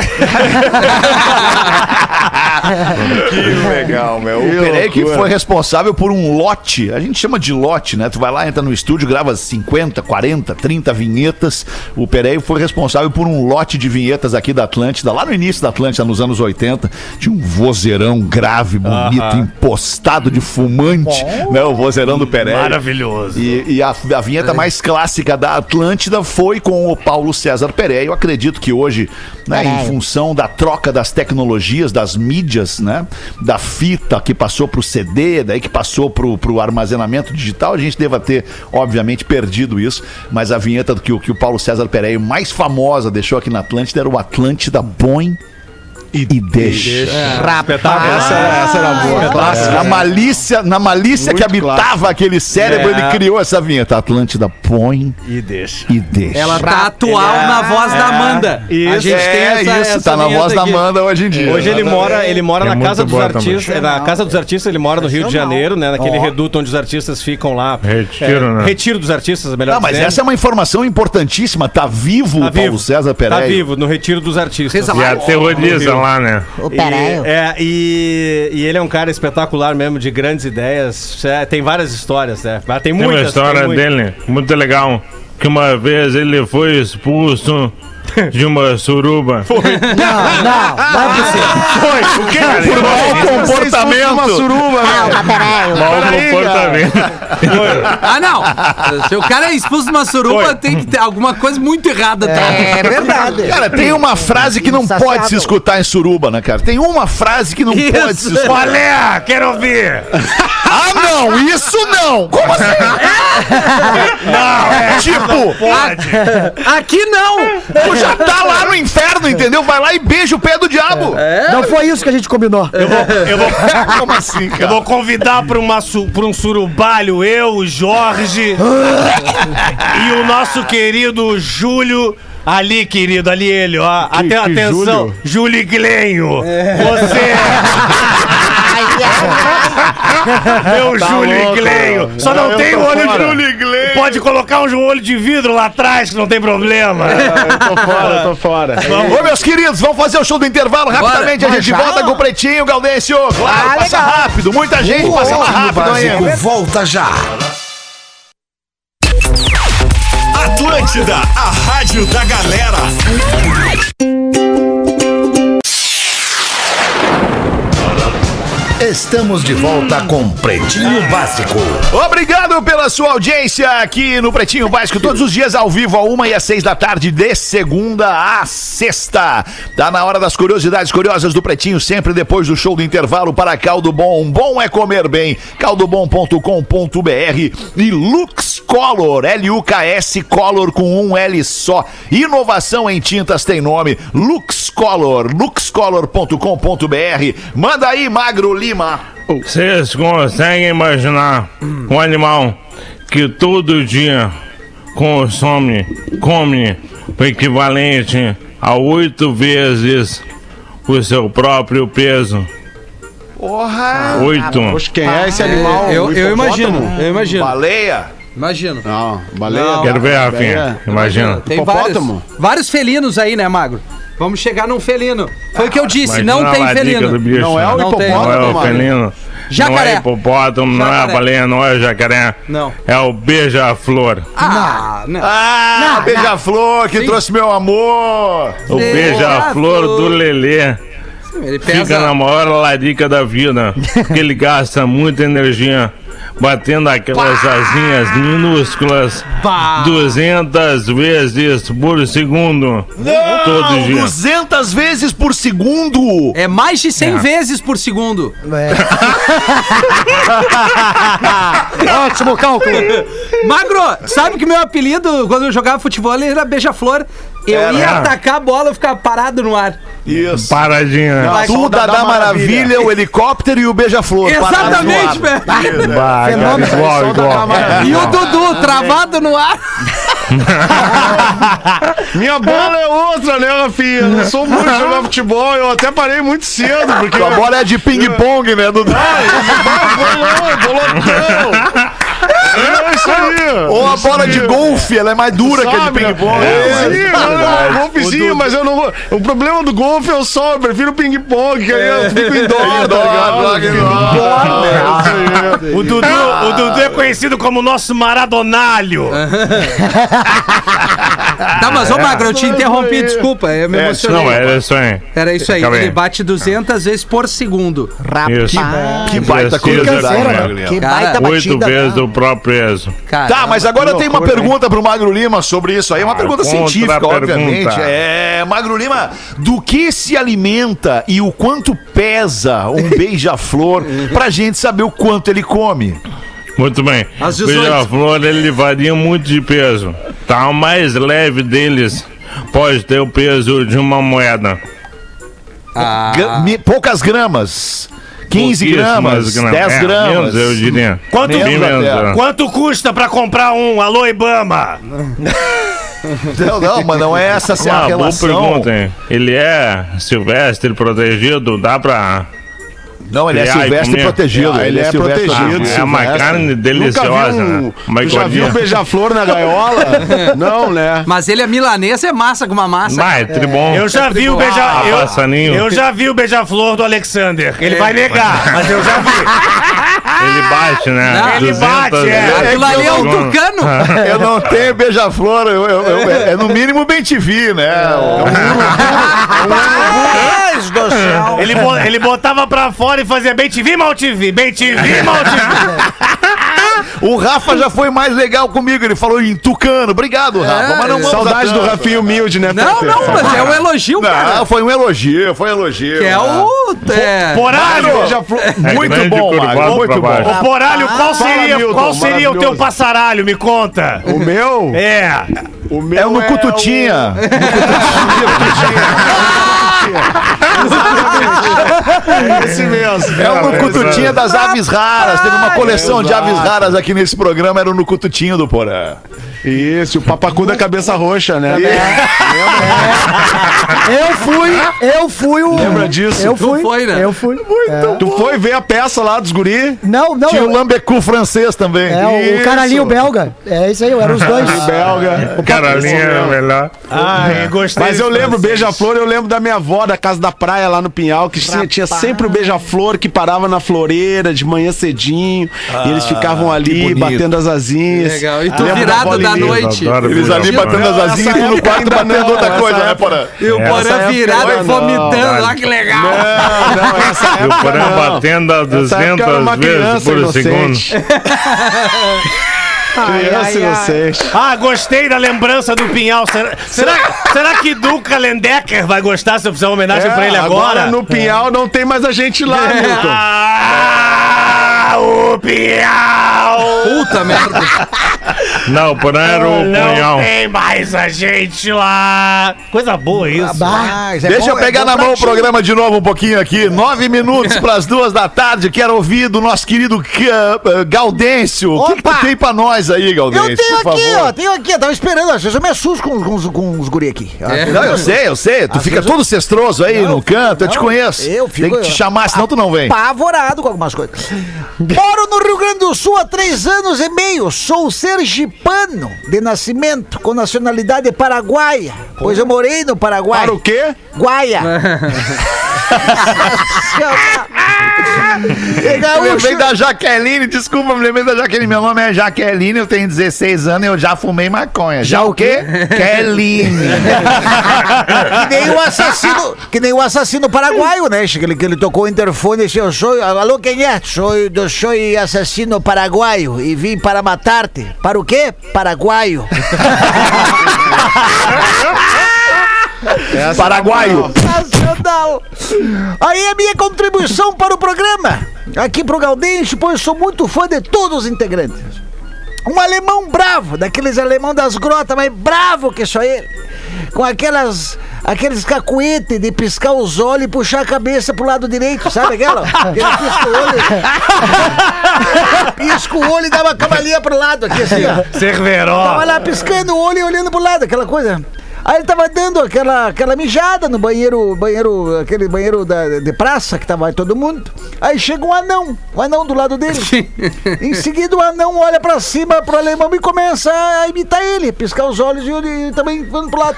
[SPEAKER 2] Que legal, meu. O
[SPEAKER 5] Que
[SPEAKER 2] Pereira que
[SPEAKER 5] loucura.
[SPEAKER 2] foi responsável por um lote. A gente chama de lote, né? Tu vai lá, entra no estúdio, grava 50, 40, 30 vinhetas. O Pereira foi responsável por um lote de vinhetas aqui da Atlântida, lá no início da Atlântida, nos anos 80. Tinha um vozeirão grave, bonito, impostado de fumante, né? O vozeirão do Pereira.
[SPEAKER 4] Maravilhoso.
[SPEAKER 2] E, e a, a vinheta mais clássica da Atlântida foi com o Paulo César Pereira. Eu acredito que hoje, né, em função da troca das tecnologias, das mídias, né, da fita que passou pro CD, daí que passou pro, pro armazenamento digital, a gente deva ter, obviamente, perdido isso. Mas a vinheta que, o- que o Paulo César Pereira mais famosa deixou aqui na Atlântida era o Atlântida Põe e, deixa. é
[SPEAKER 5] Essa, era- essa era boa.
[SPEAKER 2] Clássico. Na malícia, na malícia que habitava aquele cérebro,
[SPEAKER 9] É.
[SPEAKER 2] ele criou essa vinheta. Atlântida põe
[SPEAKER 4] E deixa.
[SPEAKER 2] e deixa.
[SPEAKER 1] Ela tá atual na voz
[SPEAKER 9] É.
[SPEAKER 1] da Amanda. a
[SPEAKER 2] É, Isso,
[SPEAKER 1] gente tem
[SPEAKER 2] é
[SPEAKER 1] essa,
[SPEAKER 2] isso,
[SPEAKER 1] essa
[SPEAKER 2] tá na
[SPEAKER 1] vinheta
[SPEAKER 2] voz da
[SPEAKER 1] aqui.
[SPEAKER 2] Amanda hoje em dia.
[SPEAKER 9] Hoje ele mora, ele mora
[SPEAKER 4] É
[SPEAKER 9] na
[SPEAKER 4] muito
[SPEAKER 9] casa dos
[SPEAKER 4] boa também.
[SPEAKER 9] artistas, é, na casa dos artistas ele mora no Rio de Janeiro, né, naquele reduto onde os artistas ficam lá. É,
[SPEAKER 4] Retiro, né?
[SPEAKER 9] Retiro dos artistas, melhor
[SPEAKER 2] Não, mas
[SPEAKER 9] dizendo.
[SPEAKER 2] essa é uma informação importantíssima. Tá vivo
[SPEAKER 9] Tá
[SPEAKER 2] o Paulo
[SPEAKER 9] vivo.
[SPEAKER 2] César Pereira.
[SPEAKER 9] Tá vivo, no retiro dos artistas.
[SPEAKER 1] Reza
[SPEAKER 4] E aterroriza lá, né?
[SPEAKER 6] Ô,
[SPEAKER 9] E-
[SPEAKER 6] Pereio.
[SPEAKER 9] é, e, e ele é um cara espetacular mesmo, de grandes ideias. É, tem várias histórias, né? Mas Tem
[SPEAKER 4] Tem
[SPEAKER 9] muitas.
[SPEAKER 4] uma história
[SPEAKER 9] tem muitas.
[SPEAKER 4] dele muito legal. Que uma vez ele foi expulso de uma suruba.
[SPEAKER 8] Não, não, não é possível.
[SPEAKER 2] Foi, o que? Por mau comportamento.
[SPEAKER 6] Calma, Pereio.
[SPEAKER 4] Mau comportamento.
[SPEAKER 1] Ah, não. Se o cara é expulso de uma suruba, tem que ter alguma coisa muito errada. Tá?
[SPEAKER 6] É verdade.
[SPEAKER 2] Cara, tem uma frase que não
[SPEAKER 6] Insaciável.
[SPEAKER 2] pode se escutar em suruba, né, cara? Tem uma frase que não
[SPEAKER 1] Isso.
[SPEAKER 2] pode se escutar.
[SPEAKER 4] Qual é? Quero ouvir!
[SPEAKER 2] Ah, não, isso não! Como assim? não, é tipo,
[SPEAKER 1] A- Aqui não.
[SPEAKER 2] tu já tá lá no inferno, entendeu? Vai lá e beija o pé do
[SPEAKER 9] É.
[SPEAKER 2] diabo.
[SPEAKER 8] Não foi isso que a gente combinou.
[SPEAKER 6] É.
[SPEAKER 4] Eu vou,
[SPEAKER 2] Como assim, cara?
[SPEAKER 4] eu vou convidar pra, uma su- pra um surubalho eu, o Jorge e o nosso querido Júlio. Ali, querido, ali ele, ó. Até,
[SPEAKER 5] que
[SPEAKER 4] atenção, Júlio, Glenho. Você,
[SPEAKER 6] Ai, ai,
[SPEAKER 4] meu Júlio
[SPEAKER 5] louco,
[SPEAKER 4] Glenho.
[SPEAKER 5] meu.
[SPEAKER 4] Só não
[SPEAKER 5] Eu
[SPEAKER 4] tem
[SPEAKER 5] tô
[SPEAKER 4] o olho
[SPEAKER 5] fora.
[SPEAKER 4] de Júlio Glenho. Pode colocar um olho de vidro lá atrás, que não tem problema. tá
[SPEAKER 5] Eu tô fora, eu tô fora.
[SPEAKER 2] Ô, meus queridos, vamos fazer o show do intervalo rapidamente. a gente volta com o Pretinho, Gaudêncio.
[SPEAKER 1] Ah,
[SPEAKER 2] Claro, passa rápido. Muita gente passa lá rápido ainda.
[SPEAKER 3] volta já.
[SPEAKER 12] Atlântida, a rádio da galera.
[SPEAKER 3] Estamos de volta com Pretinho Básico.
[SPEAKER 2] Obrigado pela sua audiência aqui no Pretinho Básico, todos os dias ao vivo, a uma e às seis da tarde, de segunda a sexta. Tá na hora das curiosidades curiosas do Pretinho, sempre depois do show do intervalo para Caldo Bom. Bom é comer bem. caldobom.com.br e Lux Color, L-U-K-S Color com um L só. Inovação em tintas tem nome, Lux Color, luxcolor.com.br. Manda aí, Magro Lima.
[SPEAKER 4] Vocês conseguem imaginar um animal que todo dia consome, come o equivalente a oito vezes o seu próprio peso?
[SPEAKER 2] Porra!
[SPEAKER 4] Oito.
[SPEAKER 5] Poxa, quem é esse animal?
[SPEAKER 1] Ah, Eu,
[SPEAKER 5] O hipopótamo?
[SPEAKER 1] eu
[SPEAKER 5] Ah,
[SPEAKER 1] imagino, eu imagino.
[SPEAKER 2] Baleia?
[SPEAKER 1] Imagino.
[SPEAKER 5] Não, baleia.
[SPEAKER 1] Não.
[SPEAKER 4] Quero ver, Rafinha. Imagina.
[SPEAKER 1] Tem vários,
[SPEAKER 5] Hipopótamo?
[SPEAKER 1] vários felinos aí, né, Magro? Vamos chegar num felino. Foi o que eu disse,
[SPEAKER 4] Imagina
[SPEAKER 1] não
[SPEAKER 4] a
[SPEAKER 1] tem
[SPEAKER 4] larica é do
[SPEAKER 1] felino.
[SPEAKER 4] bicho.
[SPEAKER 5] Não é o
[SPEAKER 1] Não tem.
[SPEAKER 5] hipopótamo,
[SPEAKER 4] Não é o
[SPEAKER 5] mano.
[SPEAKER 4] felino.
[SPEAKER 1] Jacaré.
[SPEAKER 4] Não é hipopótamo, não é a
[SPEAKER 1] Jacaré.
[SPEAKER 4] baleia, não é o jacaré.
[SPEAKER 1] Não.
[SPEAKER 4] É o beija-flor.
[SPEAKER 1] Ah, não.
[SPEAKER 2] Ah, beija-flor que trouxe meu amor.
[SPEAKER 4] O
[SPEAKER 1] Beija-flor.
[SPEAKER 4] beija-flor do Lelê.
[SPEAKER 1] Ele
[SPEAKER 7] Fica
[SPEAKER 1] pesa.
[SPEAKER 7] na maior larica da vida. Porque ele gasta muita energia batendo aquelas asinhas minúsculas 200 vezes por segundo. todo dia.
[SPEAKER 2] 200 vezes por segundo!
[SPEAKER 1] É mais de 100
[SPEAKER 7] É.
[SPEAKER 1] vezes por segundo.
[SPEAKER 8] Ótimo cálculo.
[SPEAKER 1] Magro, sabe que meu apelido quando eu jogava futebol era beija-flor? Eu
[SPEAKER 2] Era.
[SPEAKER 1] ia atacar a bola, eu ficava parado no ar.
[SPEAKER 2] Isso.
[SPEAKER 7] Paradinha.
[SPEAKER 1] Vai,
[SPEAKER 2] Tudo da, da maravilha, É o helicóptero e o beija-flor.
[SPEAKER 1] Exatamente,
[SPEAKER 2] Parado no ar.
[SPEAKER 1] velho.
[SPEAKER 2] Isso, é.
[SPEAKER 7] Bah, cara, igual, igual.
[SPEAKER 1] E o Dudu, travado no ar.
[SPEAKER 5] Minha bola é outra, né, Rafinha? Eu não sou muito de jogar futebol, eu até parei muito cedo, porque. Ah,
[SPEAKER 2] Tua bola é de ping-pong, né, Dudu?
[SPEAKER 5] Bolão, é bolotão! É isso aí!
[SPEAKER 2] Ou a bola de golfe, ela é mais dura que a de
[SPEAKER 5] Sabe?
[SPEAKER 2] ping-pong.
[SPEAKER 5] É,
[SPEAKER 2] né?
[SPEAKER 5] sim,
[SPEAKER 2] Mas-
[SPEAKER 5] não,
[SPEAKER 2] Verdade.
[SPEAKER 5] não, golfezinho,
[SPEAKER 2] O
[SPEAKER 5] mas eu não vou. O problema do golfe é o sol, eu prefiro ping-pong, que aí
[SPEAKER 2] É.
[SPEAKER 5] eu fico em dó,
[SPEAKER 2] Indoor,
[SPEAKER 5] tá ligado?
[SPEAKER 2] indoor.
[SPEAKER 5] Indoor,
[SPEAKER 2] Ah.
[SPEAKER 5] né? Isso aí.
[SPEAKER 4] O Dudu, o Dudu é conhecido como o nosso Maradonalho.
[SPEAKER 1] Tá, mas ô
[SPEAKER 2] É.
[SPEAKER 1] Magro, eu te interrompi, desculpa, eu me
[SPEAKER 7] É,
[SPEAKER 1] emocionei.
[SPEAKER 7] Não, era isso aí.
[SPEAKER 1] Era isso aí,
[SPEAKER 7] Fica bem.
[SPEAKER 1] ele bate 200 vezes por segundo.
[SPEAKER 7] Isso.
[SPEAKER 2] Que baita
[SPEAKER 7] Preciso
[SPEAKER 2] coisa,
[SPEAKER 7] também.
[SPEAKER 2] né?
[SPEAKER 6] Que
[SPEAKER 1] Cara,
[SPEAKER 7] Oito
[SPEAKER 6] baita batida. né?
[SPEAKER 7] vezes o próprio peso.
[SPEAKER 1] Cara,
[SPEAKER 2] Tá, mas agora tem uma pergunta pro Magro Lima sobre isso aí. Uma
[SPEAKER 7] Ah,
[SPEAKER 2] pergunta
[SPEAKER 7] contra a
[SPEAKER 2] científica,
[SPEAKER 7] pergunta.
[SPEAKER 2] obviamente. É, Magro Lima, do que se alimenta e o quanto pesa um beija-flor pra gente saber o quanto ele come?
[SPEAKER 7] Muito bem.
[SPEAKER 1] Às
[SPEAKER 7] O
[SPEAKER 1] 18.
[SPEAKER 7] Beija-flor, ele varia muito de peso. Tá, o mais leve deles pode ter o peso de uma moeda.
[SPEAKER 6] Ah.
[SPEAKER 2] Gra- mi- poucas gramas. 15
[SPEAKER 7] Pouquíssimas
[SPEAKER 2] gramas, 10
[SPEAKER 7] É,
[SPEAKER 2] gramas.
[SPEAKER 7] Menos, eu diria.
[SPEAKER 4] Quanto-
[SPEAKER 7] Bem menos,
[SPEAKER 2] até.
[SPEAKER 7] é.
[SPEAKER 4] Quanto custa pra comprar um? Alô, Ibama!
[SPEAKER 2] Não, não, mas não é essa assim, a
[SPEAKER 7] Uma Ah, boa
[SPEAKER 2] relação.
[SPEAKER 7] pergunta, hein? Ele é silvestre, protegido, dá pra...
[SPEAKER 2] Não, ele é
[SPEAKER 7] Criar e
[SPEAKER 2] silvestre
[SPEAKER 7] comer.
[SPEAKER 2] protegido.
[SPEAKER 5] Ah, ele é
[SPEAKER 2] silvestre
[SPEAKER 5] protegido,
[SPEAKER 7] é uma
[SPEAKER 2] silvestre.
[SPEAKER 7] carne
[SPEAKER 5] Nunca
[SPEAKER 7] deliciosa. né?
[SPEAKER 5] viu
[SPEAKER 7] uma
[SPEAKER 5] um, já viu um
[SPEAKER 7] iguaria.
[SPEAKER 5] beija-flor na gaiola? Não, né?
[SPEAKER 1] mas ele é milanês, é massa com uma massa.
[SPEAKER 7] Vai, tribom.
[SPEAKER 4] Eu já vi o
[SPEAKER 7] Ah,
[SPEAKER 4] beija É. eu,
[SPEAKER 7] passarinho.
[SPEAKER 4] eu já vi o beija-flor do Alexander. Ele vai negar, mas eu já vi.
[SPEAKER 7] Ele bate, né?
[SPEAKER 1] Ah! Não, ele
[SPEAKER 7] 200
[SPEAKER 4] bate, é.
[SPEAKER 7] vezes.
[SPEAKER 1] Aquilo ali é o
[SPEAKER 7] Agora-
[SPEAKER 1] Tucano.
[SPEAKER 2] Eu não tenho beija-flor, eu- eu- eu- é no mínimo bem te vi, né?
[SPEAKER 5] É.
[SPEAKER 6] Rapaz do céu.
[SPEAKER 4] Ele, bo- ele botava pra fora e fazia bem te vi, mal te vi, bem te vi, mal te vi.
[SPEAKER 2] O Rafa já foi mais legal comigo, ele falou em Tucano. Obrigado, Rafa. mas não vamos
[SPEAKER 5] Saudade
[SPEAKER 2] dar
[SPEAKER 5] do
[SPEAKER 2] tanto.
[SPEAKER 5] Rafinha humilde, né?
[SPEAKER 1] É. Não,
[SPEAKER 5] Peter?
[SPEAKER 1] não, mas é um elogio, cara.
[SPEAKER 2] Tá Não, foi um elogio, foi um elogio.
[SPEAKER 1] Que é
[SPEAKER 2] né?
[SPEAKER 1] o. É,
[SPEAKER 4] Poralho!
[SPEAKER 5] Beija-flor.
[SPEAKER 7] É
[SPEAKER 2] Muito
[SPEAKER 7] grande
[SPEAKER 2] bom,
[SPEAKER 7] curvado
[SPEAKER 2] Magro,
[SPEAKER 7] pra
[SPEAKER 2] muito
[SPEAKER 7] baixo.
[SPEAKER 2] bom.
[SPEAKER 4] Ô, Poralho,
[SPEAKER 5] Fala,
[SPEAKER 4] qual seria,
[SPEAKER 5] Milton,
[SPEAKER 4] qual seria o teu
[SPEAKER 5] maravilhoso.
[SPEAKER 4] passaralho? Me conta.
[SPEAKER 5] O meu?
[SPEAKER 4] É.
[SPEAKER 5] O meu
[SPEAKER 2] É o no Cututinha. No Cututinha.
[SPEAKER 5] o- Esse mesmo.
[SPEAKER 2] É o
[SPEAKER 7] Parabéns,
[SPEAKER 2] Nucututinha
[SPEAKER 7] Rafa.
[SPEAKER 2] das aves raras. Teve uma coleção de aves raras aqui nesse programa, era o Nucututinho do Porã. É.
[SPEAKER 5] Isso, o papacu da cabeça roxa, né?
[SPEAKER 8] Eu fui, eu fui o.
[SPEAKER 5] Lembra disso?
[SPEAKER 8] Eu
[SPEAKER 1] Tu
[SPEAKER 8] fui.
[SPEAKER 1] foi, né?
[SPEAKER 8] Eu fui. É.
[SPEAKER 5] Tu foi ver a peça lá dos guri?
[SPEAKER 8] Não, não.
[SPEAKER 2] Tinha um o
[SPEAKER 8] eu-
[SPEAKER 2] Lambecu francês também.
[SPEAKER 8] É, o- o caralhinho belga. É isso aí, eu era os dois.
[SPEAKER 5] Belga.
[SPEAKER 7] Carolinha era é melhor.
[SPEAKER 4] Ai, gostei.
[SPEAKER 5] Mas eu lembro beija-flor, eu lembro da minha avó da casa da praia lá no Pinhal, que tinha, tinha sempre o beija-flor que parava na floreira de manhã cedinho, e
[SPEAKER 1] Ah,
[SPEAKER 5] eles ficavam ali batendo as asinhas.
[SPEAKER 1] legal. E tu
[SPEAKER 5] Lembro da
[SPEAKER 1] virado da
[SPEAKER 5] bolinha.
[SPEAKER 1] noite.
[SPEAKER 7] Adoro
[SPEAKER 2] Eles ali
[SPEAKER 7] beija-flor.
[SPEAKER 2] batendo as asinhas e tu no
[SPEAKER 5] época
[SPEAKER 2] quarto
[SPEAKER 5] ainda
[SPEAKER 2] batendo
[SPEAKER 5] não,
[SPEAKER 2] outra
[SPEAKER 5] essa
[SPEAKER 2] coisa, né,
[SPEAKER 5] época-
[SPEAKER 2] Porã?
[SPEAKER 1] E o
[SPEAKER 7] Essa
[SPEAKER 2] é
[SPEAKER 1] Porã
[SPEAKER 5] época
[SPEAKER 1] virado
[SPEAKER 5] era
[SPEAKER 1] e vomitando.
[SPEAKER 7] não.
[SPEAKER 1] Olha que legal.
[SPEAKER 5] Não, não, essa
[SPEAKER 7] E o
[SPEAKER 5] época
[SPEAKER 7] Porã
[SPEAKER 5] não.
[SPEAKER 7] batendo a
[SPEAKER 5] Essa época era
[SPEAKER 7] 200 vezes por
[SPEAKER 5] inocente.
[SPEAKER 7] segundo.
[SPEAKER 5] criança inocente.
[SPEAKER 4] Ah, gostei da lembrança do Pinhal. Será, será, será que Duca Lendecker vai gostar se eu fizer uma homenagem pra ele agora?
[SPEAKER 5] É,
[SPEAKER 4] É.
[SPEAKER 5] no Pinhal não tem mais a gente lá, Milton.
[SPEAKER 4] Ah, o Pinhal!
[SPEAKER 1] Puta merda.
[SPEAKER 7] Não, o Porã era o punhal.
[SPEAKER 4] Não tem mais a gente lá! Coisa boa
[SPEAKER 8] Ah,
[SPEAKER 4] isso.
[SPEAKER 6] Rapaz, é
[SPEAKER 2] Deixa
[SPEAKER 6] bom-
[SPEAKER 2] eu
[SPEAKER 6] é
[SPEAKER 2] pegar
[SPEAKER 6] bom
[SPEAKER 2] na
[SPEAKER 6] pra
[SPEAKER 2] mão o
[SPEAKER 6] ti.
[SPEAKER 2] programa de novo um pouquinho aqui. Nove minutos para as duas da tarde. Quero ouvir do nosso querido eh, Gaudêncio. O que,
[SPEAKER 6] Opa!
[SPEAKER 2] que tem para nós aí,
[SPEAKER 6] Eu
[SPEAKER 2] Gaudêncio?
[SPEAKER 6] tenho
[SPEAKER 2] por
[SPEAKER 6] aqui,
[SPEAKER 2] favor?
[SPEAKER 6] ó, tenho aqui, eu tava esperando, às vezes eu me assusto com, com, os- com os guri aqui.
[SPEAKER 2] Não, eu sei, eu sei. Tu fica todo cestroso aí no canto, eu te
[SPEAKER 6] não,
[SPEAKER 2] conheço.
[SPEAKER 6] eu fico-
[SPEAKER 2] Tem que te chamar, senão tu não vem.
[SPEAKER 6] Apavorado com algumas coisas. Moro no Rio Grande do Sul há três anos e meio. Sou sergipano de nascimento, com nacionalidade paraguaia. Pois eu morei no Paraguai.
[SPEAKER 5] Para o quê?
[SPEAKER 6] Guaia.
[SPEAKER 2] É
[SPEAKER 6] um
[SPEAKER 2] gaúcho. Lembrei da Jaqueline, desculpa, me lembrei da Jaqueline. Meu nome é Jaqueline, eu tenho 16 anos e eu já fumei maconha. Já o quê? Keline.
[SPEAKER 6] Que nem o assassino, que nem o assassino paraguaio, né? Que ele, que ele tocou o interfone e disse, eu sou, alô, quem é? Sou, eu sou assassino paraguaio e vim para matar-te. Para o quê? Paraguaio.
[SPEAKER 2] Paraguaio.
[SPEAKER 6] Nacional. Aí a minha contribuição para o programa. Aqui pro Gaudense, pois sou muito fã de todos os integrantes. Um alemão bravo, daqueles alemão das grotas, mas bravo que só ele. Com aquelas. Aqueles cacuete de piscar os olhos e puxar a cabeça pro lado direito, sabe aquela? Ele pisca o olho. Pisca o olho e dá uma cavalinha pro lado aqui, assim, ó. Tava
[SPEAKER 4] Cerveró.
[SPEAKER 6] lá piscando o olho e olhando pro lado, aquela coisa. Aí ele tava dando aquela, aquela mijada no banheiro, banheiro, aquele banheiro da, de praça que tava todo mundo. Aí chega um anão, um anão do lado dele. em seguida o anão olha pra cima pro alemão e começa a imitar ele, piscar os olhos e ele também vando pro lado.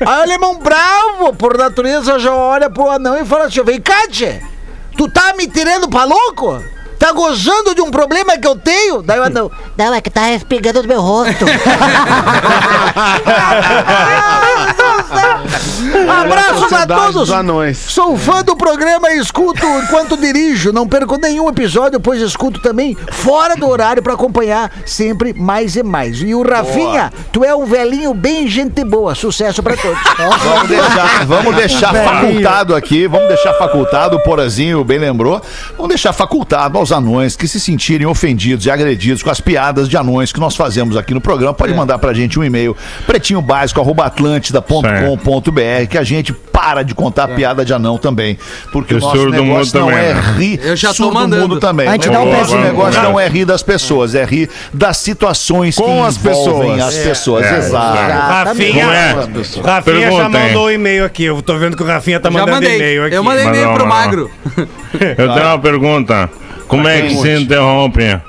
[SPEAKER 6] Aí o alemão bravo, por natureza, já olha pro anão e fala assim, vem cá, tchê, tu tá me tirando pra louco? Tá gozando de um problema que eu tenho? Daí o anão,
[SPEAKER 13] Não, é que tá respingando no meu rosto.
[SPEAKER 6] Abraços a
[SPEAKER 5] Sociedade
[SPEAKER 6] todos.
[SPEAKER 5] dos anões.
[SPEAKER 6] Sou fã do programa e escuto enquanto dirijo. Não perco nenhum episódio, pois escuto também fora do horário pra acompanhar sempre mais e mais. E o Rafinha, tu é um velhinho bem gente boa. Sucesso pra todos.
[SPEAKER 2] Vamos deixar, vamos deixar facultado aqui, vamos deixar facultado, o Porazinho bem lembrou. Vamos deixar facultado aos anões que se sentirem ofendidos e agredidos com as piadas de anões que nós fazemos aqui no programa.
[SPEAKER 7] É.
[SPEAKER 2] Pode mandar pra gente um e-mail, pretinhobásico.atlântida.com.br, que a gente para de contar piada de anão também. Porque
[SPEAKER 7] É. E o
[SPEAKER 2] o nosso
[SPEAKER 7] surdo do
[SPEAKER 2] negócio
[SPEAKER 7] mundo
[SPEAKER 2] não
[SPEAKER 7] também,
[SPEAKER 2] é
[SPEAKER 7] né?
[SPEAKER 2] rir
[SPEAKER 1] Eu já tô
[SPEAKER 2] surdo
[SPEAKER 1] mandando.
[SPEAKER 2] mundo também.
[SPEAKER 8] A gente dá um
[SPEAKER 2] o nosso
[SPEAKER 8] pezinho.
[SPEAKER 2] negócio
[SPEAKER 7] Cara.
[SPEAKER 2] não é rir das pessoas, é rir das situações
[SPEAKER 5] Com
[SPEAKER 2] que
[SPEAKER 5] as
[SPEAKER 2] envolvem
[SPEAKER 5] pessoas.
[SPEAKER 2] as pessoas.
[SPEAKER 7] É,
[SPEAKER 2] Exato.
[SPEAKER 7] exato.
[SPEAKER 5] tá
[SPEAKER 4] Rafinha,
[SPEAKER 7] Como é?
[SPEAKER 4] Rafinha já
[SPEAKER 7] Pergunta,
[SPEAKER 4] mandou um e-mail aqui. Eu tô vendo que o Rafinha tá
[SPEAKER 1] Já
[SPEAKER 4] mandando
[SPEAKER 1] mandei.
[SPEAKER 4] e-mail aqui.
[SPEAKER 1] Eu mandei e-mail
[SPEAKER 7] Mas não,
[SPEAKER 1] pro
[SPEAKER 7] não.
[SPEAKER 1] magro.
[SPEAKER 7] Eu tenho uma pergunta. Como é que se interrompe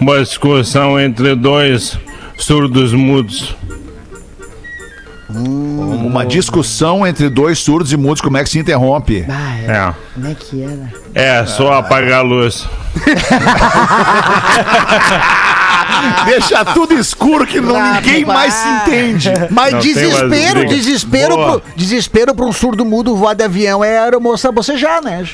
[SPEAKER 7] uma discussão entre dois surdos mudos?
[SPEAKER 2] Uma discussão entre dois surdos e mudos, como é que se interrompe?
[SPEAKER 8] Ah, é.
[SPEAKER 7] É.
[SPEAKER 8] Como é que era?
[SPEAKER 7] É, só apagar a luz.
[SPEAKER 2] Deixa tudo escuro que não,
[SPEAKER 8] Ah,
[SPEAKER 2] ninguém mais se entende.
[SPEAKER 6] Mas
[SPEAKER 7] Não, tem mais
[SPEAKER 6] desespero,
[SPEAKER 7] briga.
[SPEAKER 6] desespero,
[SPEAKER 7] Boa.
[SPEAKER 6] pro, desespero pra um surdo mudo voar de avião é a aeromoça bocejar, né?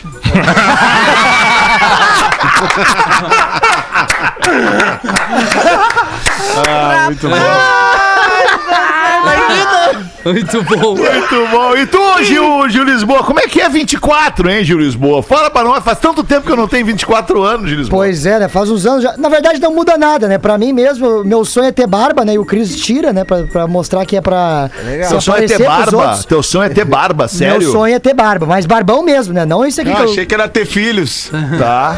[SPEAKER 1] Muito bom.
[SPEAKER 2] Muito bom. E tu, Gil, Gil Lisboa, como é que é 24, hein, Gil Lisboa? Fala pra nós, faz tanto tempo que eu não tenho 24 anos, Gil Lisboa.
[SPEAKER 8] Pois é, né? Faz uns anos já. Na verdade, não muda nada, né? Pra mim mesmo, meu sonho é ter barba, né? E o Cris tira, né? Pra, pra mostrar que é pra. se
[SPEAKER 2] Teu sonho é ter
[SPEAKER 8] aparecer pros
[SPEAKER 2] barba.
[SPEAKER 8] outros.
[SPEAKER 2] Teu sonho é ter barba, sério.
[SPEAKER 8] Meu sonho é ter barba, mas barbão mesmo, né? Não isso aqui
[SPEAKER 5] Eu
[SPEAKER 8] que eu.
[SPEAKER 5] achei que era ter filhos.
[SPEAKER 2] Tá.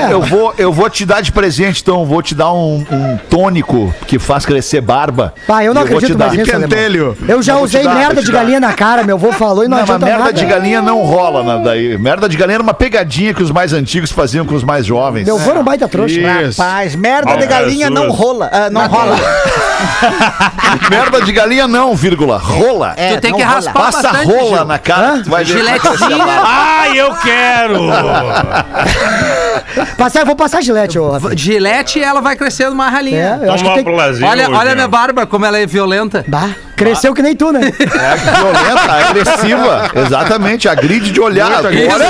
[SPEAKER 2] Não, Eu vou, eu vou te dar de presente, então. eu Vou te dar um, um tônico que faz crescer barba.
[SPEAKER 8] Pá, eu não
[SPEAKER 2] E vou te
[SPEAKER 8] acredito
[SPEAKER 2] dar.
[SPEAKER 8] mais nisso, alemão.
[SPEAKER 5] Pentelho.
[SPEAKER 8] Eu já
[SPEAKER 2] Vou te
[SPEAKER 8] usei
[SPEAKER 2] dar, vou
[SPEAKER 8] merda
[SPEAKER 2] te
[SPEAKER 8] de
[SPEAKER 2] dar.
[SPEAKER 8] galinha na cara, meu avô falou e não,
[SPEAKER 2] Não, mas
[SPEAKER 8] adianta
[SPEAKER 2] merda
[SPEAKER 8] nada.
[SPEAKER 2] de galinha não rola na daí. Merda de galinha era uma pegadinha que os mais antigos faziam com os mais jovens.
[SPEAKER 8] Meu
[SPEAKER 6] é
[SPEAKER 8] avô era um baita trouxa.
[SPEAKER 5] Isso.
[SPEAKER 6] Rapaz, merda de
[SPEAKER 7] É. Olha,
[SPEAKER 6] galinha não
[SPEAKER 7] Jesus.
[SPEAKER 6] rola. ah, não rola.
[SPEAKER 2] Merda de galinha não, vírgula. Rola.
[SPEAKER 6] É,
[SPEAKER 1] tu tem
[SPEAKER 6] não
[SPEAKER 1] que
[SPEAKER 6] rola.
[SPEAKER 1] raspar
[SPEAKER 2] Passa
[SPEAKER 1] bastante,
[SPEAKER 2] rola
[SPEAKER 1] Gil.
[SPEAKER 2] na cara. que tu Vai ver.
[SPEAKER 1] Giletezinha.
[SPEAKER 4] Ai, eu quero!
[SPEAKER 8] Passar, eu vou passar gilete, ô. Rafa.
[SPEAKER 1] Gilete, ela vai crescendo uma ralinha.
[SPEAKER 8] É, eu acho
[SPEAKER 7] Toma
[SPEAKER 8] que
[SPEAKER 7] uma
[SPEAKER 8] tem...
[SPEAKER 7] plazinha.
[SPEAKER 1] Olha, olha a minha
[SPEAKER 7] meu
[SPEAKER 1] barba, como ela é violenta.
[SPEAKER 8] Bah, cresceu que nem tu, né?
[SPEAKER 2] É violenta, agressiva. Exatamente, agride de olhar.
[SPEAKER 1] Agora,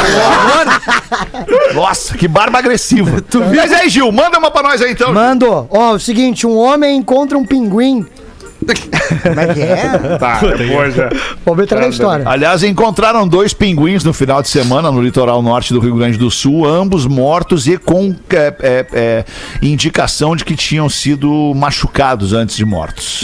[SPEAKER 2] Nossa, que barba agressiva. Mas aí, Gil, manda uma pra nós aí então.
[SPEAKER 8] Mando, ó, o seguinte, um homem encontra um pinguim.
[SPEAKER 6] Como é que é?
[SPEAKER 7] Tá, depois já. né?
[SPEAKER 8] Vamos entrar na história.
[SPEAKER 2] Aliás, encontraram dois pinguins no final de semana no litoral norte do Rio Grande do Sul, ambos mortos e com é, é, é, indicação de que tinham sido machucados antes de mortos.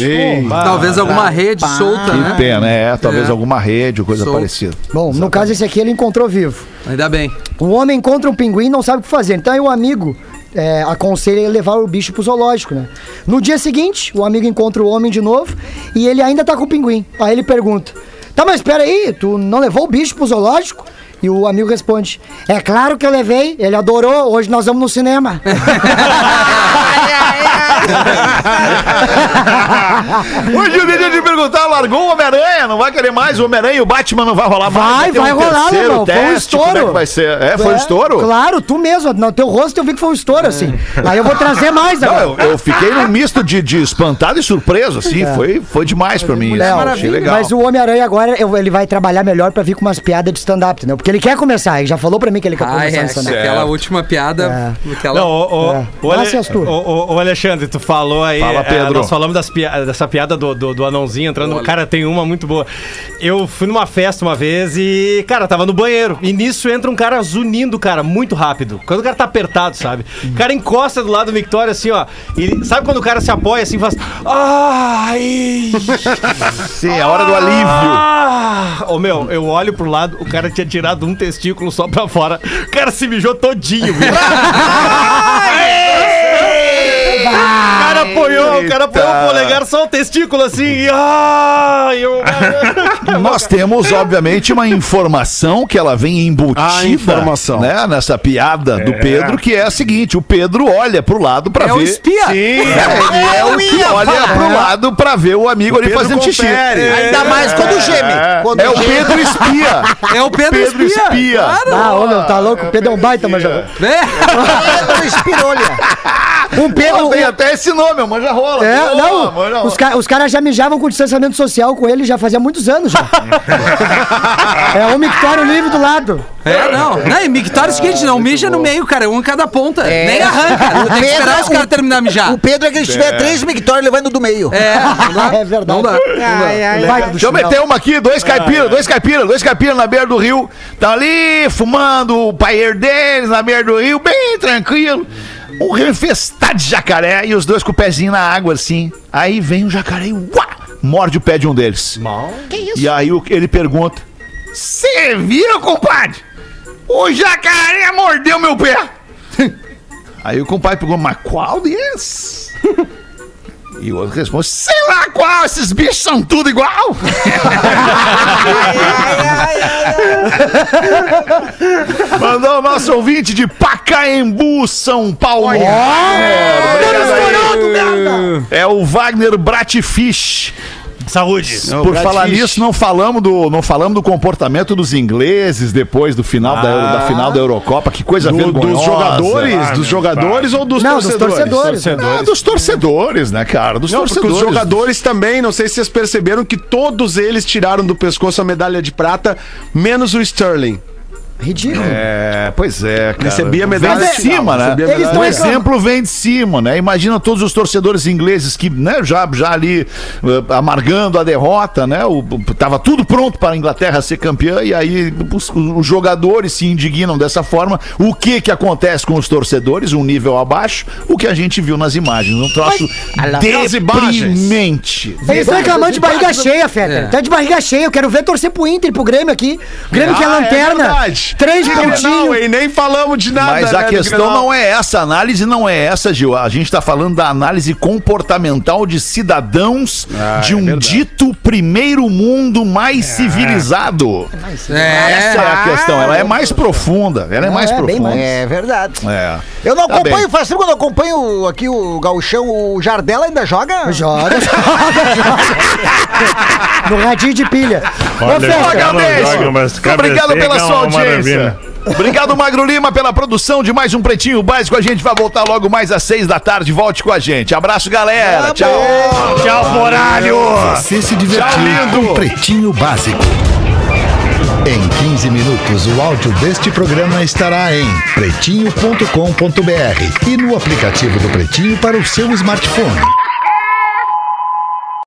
[SPEAKER 1] talvez alguma rede solta,
[SPEAKER 8] Ah,
[SPEAKER 2] Que
[SPEAKER 1] né?
[SPEAKER 2] pena, é. Talvez
[SPEAKER 1] É.
[SPEAKER 2] alguma rede ou coisa
[SPEAKER 1] Sou.
[SPEAKER 2] parecida.
[SPEAKER 8] Bom, no caso esse aqui ele encontrou vivo.
[SPEAKER 1] Ainda bem.
[SPEAKER 8] Um homem encontra um pinguim e não sabe o que fazer. Então aí o amigo é, aconselha ele levar o bicho pro zoológico, né? No dia seguinte, o amigo encontra o homem de novo e ele ainda tá com o pinguim. Aí ele pergunta: Tá, mas espera aí, tu não levou o bicho pro zoológico? E o amigo responde: É claro que eu levei, ele adorou, hoje nós vamos no cinema.
[SPEAKER 2] Hoje o vídeo de perguntar, largou o Homem-Aranha, não vai querer mais o Homem-Aranha e o Batman não vai rolar
[SPEAKER 8] Vai,
[SPEAKER 2] mais. ter
[SPEAKER 8] vai
[SPEAKER 2] um
[SPEAKER 8] rolar,
[SPEAKER 2] terceiro
[SPEAKER 8] Lobão, foi um
[SPEAKER 2] teste, como é que
[SPEAKER 8] estouro.
[SPEAKER 2] vai ser? É, foi um
[SPEAKER 8] É,
[SPEAKER 2] estouro?
[SPEAKER 8] Claro, tu mesmo. No teu rosto eu vi que foi um estouro, assim. Aí eu vou trazer mais
[SPEAKER 2] Não,
[SPEAKER 8] agora.
[SPEAKER 2] eu, eu fiquei num misto de, de espantado e surpreso, assim.
[SPEAKER 8] É.
[SPEAKER 2] Foi, foi demais pra mim.
[SPEAKER 8] Léo,
[SPEAKER 2] Isso. Achei legal.
[SPEAKER 8] Mas o Homem-Aranha agora eu- ele vai trabalhar melhor pra vir com umas piadas de stand-up, entendeu? Porque ele quer começar, ele já falou pra mim que ele quer
[SPEAKER 1] Ah,
[SPEAKER 8] começar
[SPEAKER 1] é,
[SPEAKER 8] no stand-up.
[SPEAKER 1] aquela última piada. Aquela...
[SPEAKER 9] Não, ô, ô, ô, Ale-
[SPEAKER 8] Graças, Arthur.
[SPEAKER 9] ô, ô, ô, Alexandre, tu falou aí.
[SPEAKER 2] Fala,
[SPEAKER 9] eh,
[SPEAKER 2] Pedro.
[SPEAKER 9] nós falamos das pia- dessa piada do, do, do anãozinho entrando.
[SPEAKER 1] Olha.
[SPEAKER 9] Cara, tem uma muito boa. Eu fui numa festa uma vez e, cara, tava no banheiro. E nisso entra um cara zunindo, cara, muito rápido. Quando o cara tá apertado, sabe? O cara encosta do lado do Victória, assim, ó. E sabe quando o cara se apoia assim e faz. Ai!
[SPEAKER 2] Sim, a hora do alívio.
[SPEAKER 9] Ah! Ô meu, eu olho pro lado, o cara tinha tirado um testículo só pra fora. O cara se mijou todinho, viu? O cara apoiou, o cara apoiou o
[SPEAKER 2] Eita.
[SPEAKER 9] polegar só o testículo assim e. Ah, eu...
[SPEAKER 8] Ah,
[SPEAKER 2] Nós temos, obviamente, uma informação que ela vem embutida
[SPEAKER 5] A informação.
[SPEAKER 2] Né, nessa piada do Pedro, que é a seguinte: o Pedro olha pro lado pra
[SPEAKER 1] É
[SPEAKER 2] ver.
[SPEAKER 1] o espia.
[SPEAKER 2] É, ele é o que olha pro lado pra ver o amigo ali fazendo xixi.
[SPEAKER 14] Ainda mais quando geme. Quando
[SPEAKER 2] É o
[SPEAKER 14] geme.
[SPEAKER 2] Pedro espia.
[SPEAKER 1] É o Pedro,
[SPEAKER 2] Pedro
[SPEAKER 1] Espia.
[SPEAKER 2] Espia.
[SPEAKER 1] Claro.
[SPEAKER 8] Ah, ô meu, tá louco? O Pedro é um baita, mas já.
[SPEAKER 1] É.
[SPEAKER 14] Pedro Espirolha.
[SPEAKER 8] Um Pedro.
[SPEAKER 2] Pô, tem
[SPEAKER 8] um-
[SPEAKER 2] até esse nome, a manja rola.
[SPEAKER 8] É,
[SPEAKER 2] Pô,
[SPEAKER 8] não,
[SPEAKER 2] manja rola.
[SPEAKER 8] os, ca- os caras já mijavam com distanciamento social com ele já fazia muitos anos já. é um mictório livre do lado.
[SPEAKER 1] É, não. Não, e mictório é o seguinte, não mija no meio, cara. Um em cada ponta. Nem arranca. Tem É, que esperar os caras terminar de mijar.
[SPEAKER 14] é O Pedro é que se tiver três mictórios levando do meio.
[SPEAKER 1] É, não dá.
[SPEAKER 8] É verdade.
[SPEAKER 1] Não dá.
[SPEAKER 8] Baita do
[SPEAKER 2] Deixa eu
[SPEAKER 8] chinelo.
[SPEAKER 2] meter uma aqui, dois caipiras, dois caipiras, dois caipiras na beira do rio. Tá ali fumando o paier deles na beira do rio, bem tranquilo. Um rio infestado de jacaré e os dois com o pezinho na água assim. Aí vem o jacaré e uá, morde o pé de um deles.
[SPEAKER 14] Que isso?
[SPEAKER 2] E aí o- ele pergunta: Você viu, compadre? O jacaré mordeu meu pé. aí o compadre pergunta: Mas qual deles? E o outro responde: Sei lá qual, esses bichos são tudo igual. Mandou o nosso ouvinte de Pacaembu, São Paulo. É, obrigado aí. É o Wagner Bratfish.
[SPEAKER 4] Saúde.
[SPEAKER 2] Por falar nisso, não falamos, do, não falamos do comportamento dos ingleses depois do final da, Euro- da final da Eurocopa. Que coisa
[SPEAKER 5] Ah. Do-
[SPEAKER 2] vergonhosa.
[SPEAKER 5] dos jogadores,
[SPEAKER 7] Ah,
[SPEAKER 5] dos
[SPEAKER 7] meu
[SPEAKER 5] jogadores ou dos
[SPEAKER 8] Não, dos
[SPEAKER 5] torcedores?
[SPEAKER 8] torcedores.
[SPEAKER 2] Ah, dos torcedores, né, cara? Dos
[SPEAKER 5] Não, porque
[SPEAKER 2] torcedores.
[SPEAKER 5] os jogadores também, não sei se vocês perceberam que todos eles tiraram do pescoço a medalha de prata, menos o Sterling.
[SPEAKER 8] Ridículo.
[SPEAKER 2] É, pois é, cara.
[SPEAKER 5] Recebia a medalha
[SPEAKER 2] Vem de
[SPEAKER 5] de
[SPEAKER 2] cima,
[SPEAKER 5] prata,
[SPEAKER 2] né?
[SPEAKER 5] recebia a
[SPEAKER 8] Eles
[SPEAKER 5] medalha
[SPEAKER 8] tão
[SPEAKER 2] O
[SPEAKER 5] de
[SPEAKER 8] reclamando.
[SPEAKER 2] exemplo vem de cima, né? Imagina todos os torcedores ingleses que né, já, já ali eh, amargando a derrota, né? O, o- tava tudo pronto para a Inglaterra ser campeã e aí os, os jogadores se indignam dessa forma. O que que acontece com os torcedores? Um nível abaixo, o que a gente viu nas imagens. Um troço deprimente.
[SPEAKER 8] Eles estão reclamando é de barriga cheia, Fetter.
[SPEAKER 1] É.
[SPEAKER 8] Tá de barriga cheia. Eu quero ver torcer pro Inter, e pro Grêmio aqui. O Grêmio que é
[SPEAKER 5] Ah, é
[SPEAKER 8] lanterna.
[SPEAKER 5] verdade.
[SPEAKER 8] três
[SPEAKER 5] Não,
[SPEAKER 8] pontinhos.
[SPEAKER 5] e nem falamos de nada.
[SPEAKER 2] Mas a
[SPEAKER 5] né, do
[SPEAKER 2] questão
[SPEAKER 5] Grenal.
[SPEAKER 2] não é essa, a análise não é essa, Gil. A gente tá falando da análise comportamental de cidadãos de um dito primeiro mundo mais civilizado.
[SPEAKER 8] É
[SPEAKER 2] Essa é
[SPEAKER 1] É.
[SPEAKER 2] a questão, ela é mais profunda. Ela é mais
[SPEAKER 8] Ah, é, bem
[SPEAKER 2] profunda.
[SPEAKER 8] mais.
[SPEAKER 14] É verdade.
[SPEAKER 2] É.
[SPEAKER 14] Eu não
[SPEAKER 2] Tá
[SPEAKER 14] acompanho,
[SPEAKER 2] bem.
[SPEAKER 14] faz tempo que eu não acompanho aqui o Gauchão, o Jardela ainda joga?
[SPEAKER 8] Joga, joga, joga. No radinho de pilha. Ô,
[SPEAKER 7] Olha,
[SPEAKER 8] Fetter,
[SPEAKER 7] cara.
[SPEAKER 2] Olha,
[SPEAKER 7] Não
[SPEAKER 2] beijo.
[SPEAKER 7] joga, mas
[SPEAKER 2] Obrigado
[SPEAKER 7] cabeceia
[SPEAKER 2] pela
[SPEAKER 7] que é
[SPEAKER 2] sua
[SPEAKER 7] uma
[SPEAKER 2] audiência.
[SPEAKER 7] maravilha.
[SPEAKER 2] Obrigado, Magro Lima, pela produção de mais um Pretinho Básico. A gente vai voltar logo mais às seis da tarde. Volte com a gente. Abraço, galera. Tchau.
[SPEAKER 7] Tchau, Poralho!
[SPEAKER 3] Você se divertiu
[SPEAKER 2] Tchau, lindo.
[SPEAKER 3] com Pretinho Básico. Em 15 minutos, o áudio deste programa estará em pretinho.com.br e no aplicativo do Pretinho para o seu smartphone.